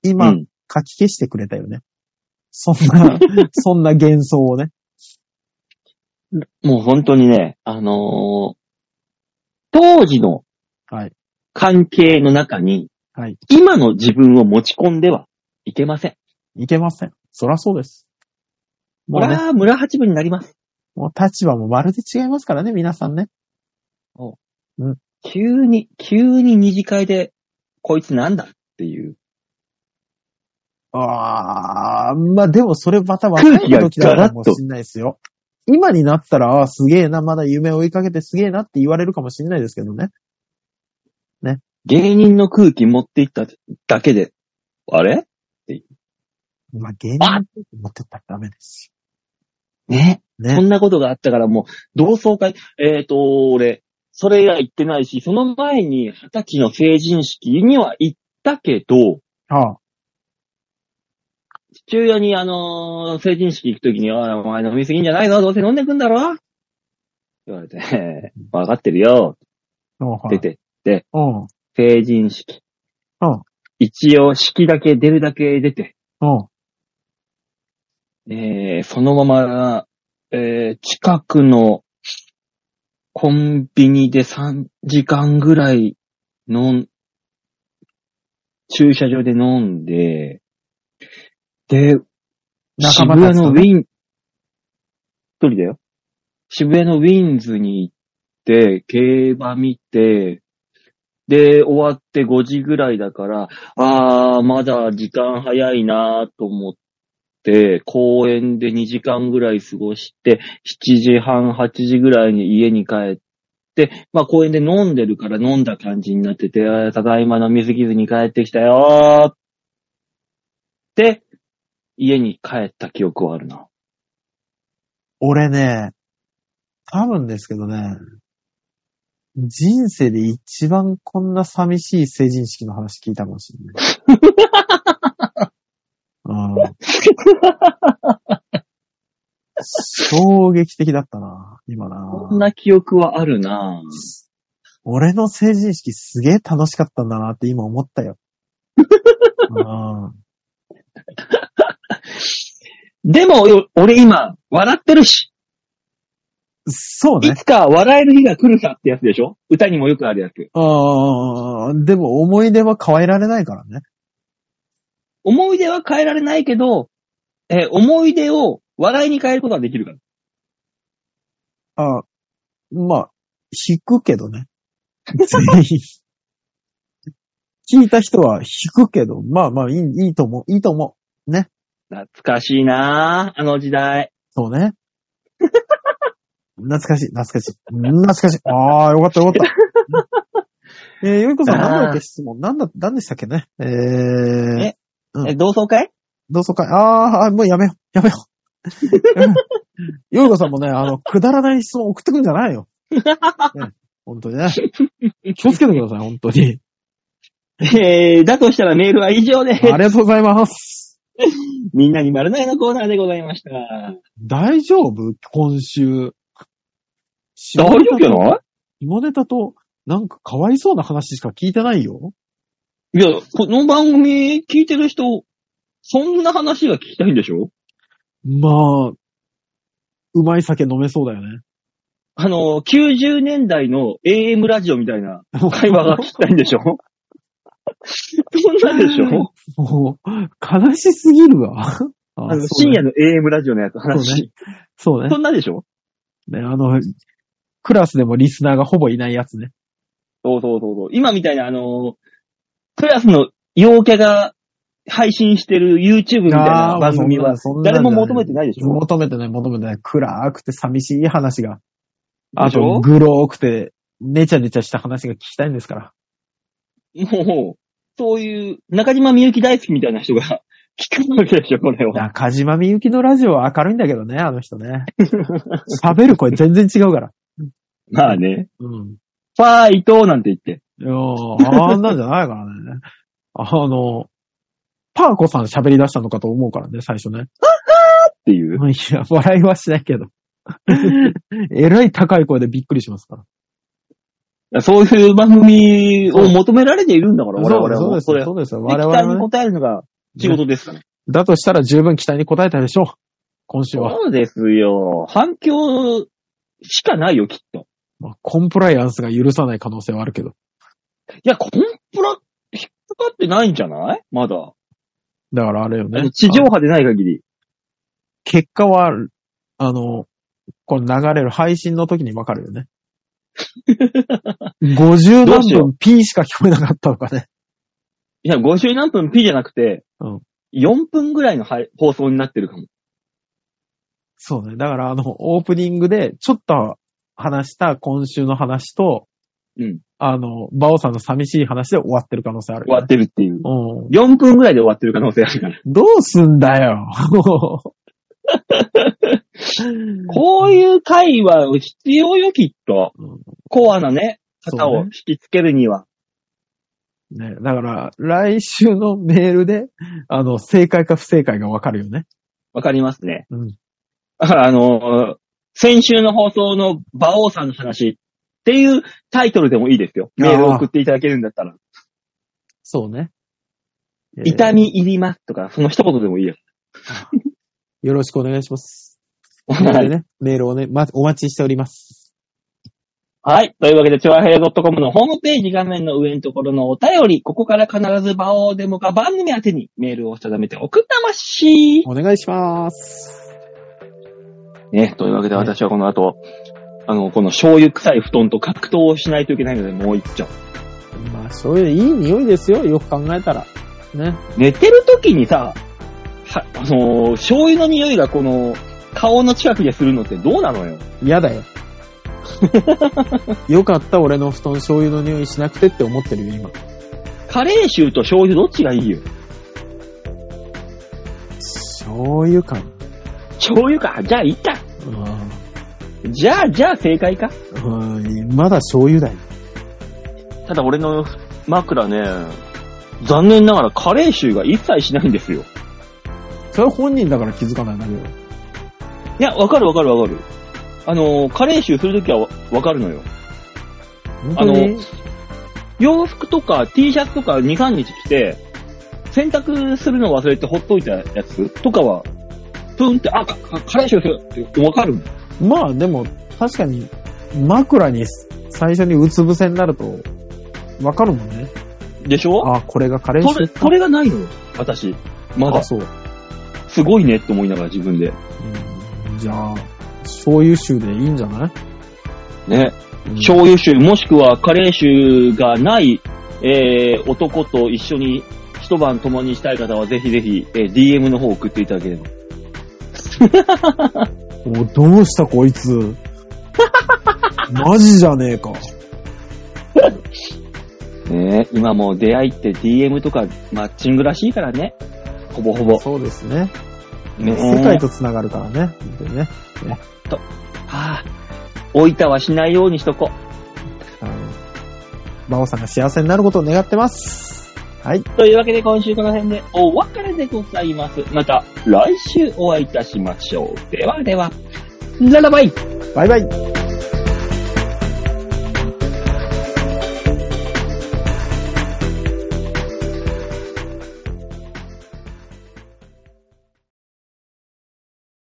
C: 今、
B: うん。
C: 書き消してくれたよね。そん な、そんな幻想をね。
B: もう本当にね、あのー当時の
C: はい。
B: 関係の中に、
C: はい。
B: 今の自分を持ち込んではいけません。
C: いけません。そらそうです。も
B: こ
C: う
B: れ
C: ね、
B: は村八分になります。
C: もう立場もまるで違いますからね、皆さんね。
B: 急に、急に二次会で、こいつなんだっていう。
C: ああ、まあでもそれまた若い時だからかもしんないですよ。 今になったら、ああ、すげえな、まだ夢追いかけてすげえなって言われるかもしんないですけどね。
B: 芸人の空気持っていっただけで、あれ
C: まあ芸人の時持ってったらダメです
B: ね。
C: よ。
B: そ
C: ね。
B: んなことがあったからもう、同窓会、えっ、と、俺、それ以来行ってないし、その前に二十歳の成人式には行ったけど、
C: ああ、
B: 父親にあのー成人式行くときに、おいお前飲みすぎんじゃないぞ、どうせ飲んでくんだろって言われて、 わかってるよ、
C: そう
B: 出て。
C: うん。うん。
B: 成人式。
C: うん
B: 一応、式だけ出るだけ出て、えー、そのまま、えー、近くのコンビニで3時間ぐらい飲ん、駐車場で飲んで、で、
C: 仲
B: 渋
C: 間た
B: 谷
C: ち
B: の
C: と
B: ウ
C: ね
B: ィン、一人だよ。渋谷のウィンズに行って、競馬見て、で、終わって5時ぐらいだから、あー、まだ時間早いなと思って、公園で2時間ぐらい過ごして、7時半、8時ぐらいに家に帰って、まあ公園で飲んでるから飲んだ感じになってて、あーただいま飲みすぎずに帰ってきたよーって、家に帰った記憶はあるな。
C: 俺ね、多分ですけどね、人生で一番こんな寂しい成人式の話聞いたかもしれ ない。うん、衝撃的だったな、今
B: そん
C: な。
B: な記憶はあるな
C: 俺の成人式すげえ楽しかったんだなって今思っ たよ。うん
B: でも、よ俺今、笑ってるし、
C: そう
B: い
C: ね。
B: つか笑える日が来るさってやつでしょ歌にもよくあるやつ。
C: あーでも思い出は変えられないからね。
B: 思い出は変えられないけど、えー思い出を笑いに変えることはできるから。
C: あ、まあ、引く けどね。全員。聞いた人は引くけど、まあまあいい、いいと思う、いいと思う。
B: 懐かしいなあの時代。
C: そうね。懐かしい、懐かしい。懐かしい。ああ、よかった、よか った。えー、よいこさん、
B: あー
C: 何だっけ質問なんだ、何でしたっけねえー、
B: え
C: うん
B: え同窓会
C: 同窓会。あーあ、もうやめよう、やめよう。やめようよいこさんもね、あの、くだらない質問送ってくんじゃな いよ。ね、本当にね。気をつけてください、本当に。
B: えー、だとしたらメールは以上で、
C: ありがとうございます。
B: みんなに丸投げのコーナーでございました。
C: 大丈夫今週。
B: じゃな
C: 下ネタと、なんかかわいそうな話しか聞いてないよ。
B: いいや、この番組聞いてる人、そんな話が聞きたいんでしょ
C: まあ、うまい酒飲めそうだよね。
B: あの、90年代の AM ラジオみたいな会話が聞きたいんでしょ そんなんでしょ
C: もう、悲しすぎるわ。あ
B: あの深夜の AM ラジオのやつ話。
C: そ
B: そう
C: ねそうね。
B: んなんでしょ
C: ね、あの、クラスでもリスナーがほぼいないやつね。
B: そうそうそうそう。今みたいなあの、クラスの陽キャが配信してる YouTube みたいな番組は、
C: そんな
B: 誰
C: んじ
B: も
C: ゃない
B: 求めてないでしょ
C: 求めてない、求めてない。暗くて寂しい話が。あ
B: でしょ
C: と、グローくて、ネチャネチャした話が聞きたいんですから。
B: もう、そういう、中島みゆき大好きみたいな人が聞くわけ でしょ、これは。
C: 中島みゆきのラジオは明るいんだけどね、あの人 ね。喋る声全然違うから。
B: まあね。
C: う
B: フ
C: ん。
B: ァイトなんて言って。
C: いやーあんなんじゃないからね。あの、パーコさん喋り出したのかと思うからね、最初ね。
B: っていう。
C: いや、笑いはしないけど。 えらい高い声でびっくりしますから。
B: そういう番組を求められているんだから、我々は。
C: そうで
B: そ
C: す、そうで
B: れ
C: す。そうです
B: 我々
C: 我々
B: は、に
C: はね、
B: 応えるのが仕事ですから。
C: だとしたら十分期待に応えたでしょう。今週は。
B: そうですよ。反響しかないよ、きっと。
C: まあ、コンプライアンスが許さない可能性はあるけど。
B: いや、コンプラ、引っかかってないんじゃないまだ。
C: だからあれよ
B: あ
C: ね
B: の。地上波でない限り。
C: 結果は、あの、これ流れる配信の時にわかるよね。50
B: ど
C: 何
B: うしよ
C: 分 P しか聞こえなかったのかね。
B: いや、50何分 P じゃなくて、
C: うん
B: 4分ぐらいの配放送になってるかも。
C: そうね。だからあの、オープニングでちょっと話した今週の話と、
B: うん。
C: あの、バオさんの寂しい話で終わってる可能性ある
B: 終わ
C: よ
B: っ
C: ね、
B: てるっていう。
C: うん。
B: 4分ぐらいで終わってる可能性あるから。
C: どうすんだよ。
B: こういう回は必要よ、きっと
C: うん。
B: コアなね、方
C: そう
B: を
C: ね
B: 引きつけるには。
C: ね、だから、来週のメールで、あの、正解か不正解がわかるよね。
B: わかりますね。
C: うん。
B: あの、先週の放送の馬王さんの話っていうタイトルでもいいですよ。
C: あー
B: メールを送っていただけるんだったら。
C: そうね。えー
B: 痛み入りますとか、その一言でもいいよ。
C: よろしくお願いします。メー
B: は
C: ル
B: い。
C: ね、メールをね、ま、お待ちしております。
B: はい。というわけで、チョアヘイドットコムのホームページ画面の上のところのお便り、ここから必ず馬王デモか番組宛てにメールを定めて送ったまし
C: お願いします。
B: ね、というわけで私はこの後、あの、この醤油臭い布団と格闘をしないといけないので、もう一丁。
C: まあ、醤油でいい匂いですよ。よく考えたら。ね。
B: 寝てる時にさ、は、あのー醤油の匂いがこの、顔の近くでするのってどうなのよ。
C: 嫌 だよ。よかった、俺の布団醤油の匂いしなくてって思ってるよ、今。
B: カレー臭と醤油どっちがいいよ。
C: 醤油か
B: 醤油か。じゃあ、いいか。
C: な。
B: じゃあ、じゃあ、正解か。
C: うん。うんまだ醤油だよ。
B: ただ、俺の枕ね、残念ながらカレー臭が一切しないんですよ。
C: それは本人だから気づかないんだけど。
B: いや、わかるわかるわかる。あのーカレー臭するときはわわかるのよ。
C: 本当に
B: 洋服とか T シャツとか2、3日着て、洗濯するの忘れてほっといたやつとかは、プンって、あ、か、か、カレー臭するってわかるもん
C: まあでも、確かに、枕に最初にうつ伏せになると、わかるもんね。
B: でしょ
C: あ、これがカレー
B: そ
C: 臭
B: れ、それがないのよ、私。まだ
C: あ、、そう。
B: すごいねって思いながら自分で。
C: うんじゃあ、醤油臭でいいんじゃない、
B: ね。
C: うん
B: 醤油臭もしくはカレー臭がない、えー、男と一緒に一晩共にしたい方はぜひぜひ、えー DM の方を送っていただければ。
C: お、どうしたこいつ。 マジじゃねえか。
B: ね今もう出会いって DM とかマッチングらしいからね。ほぼほぼ。
C: そうですね。
B: ね
C: 世界と繋がるからね。本当にね。
B: はあ、置いたはしないようにしとこ
C: あの、馬王さんが幸せになることを願ってます。はい。
B: う。というわけで今週この辺でお別れでございます。また来週お会いいたしましょう。ではでは、ララバイ
C: バイバイ。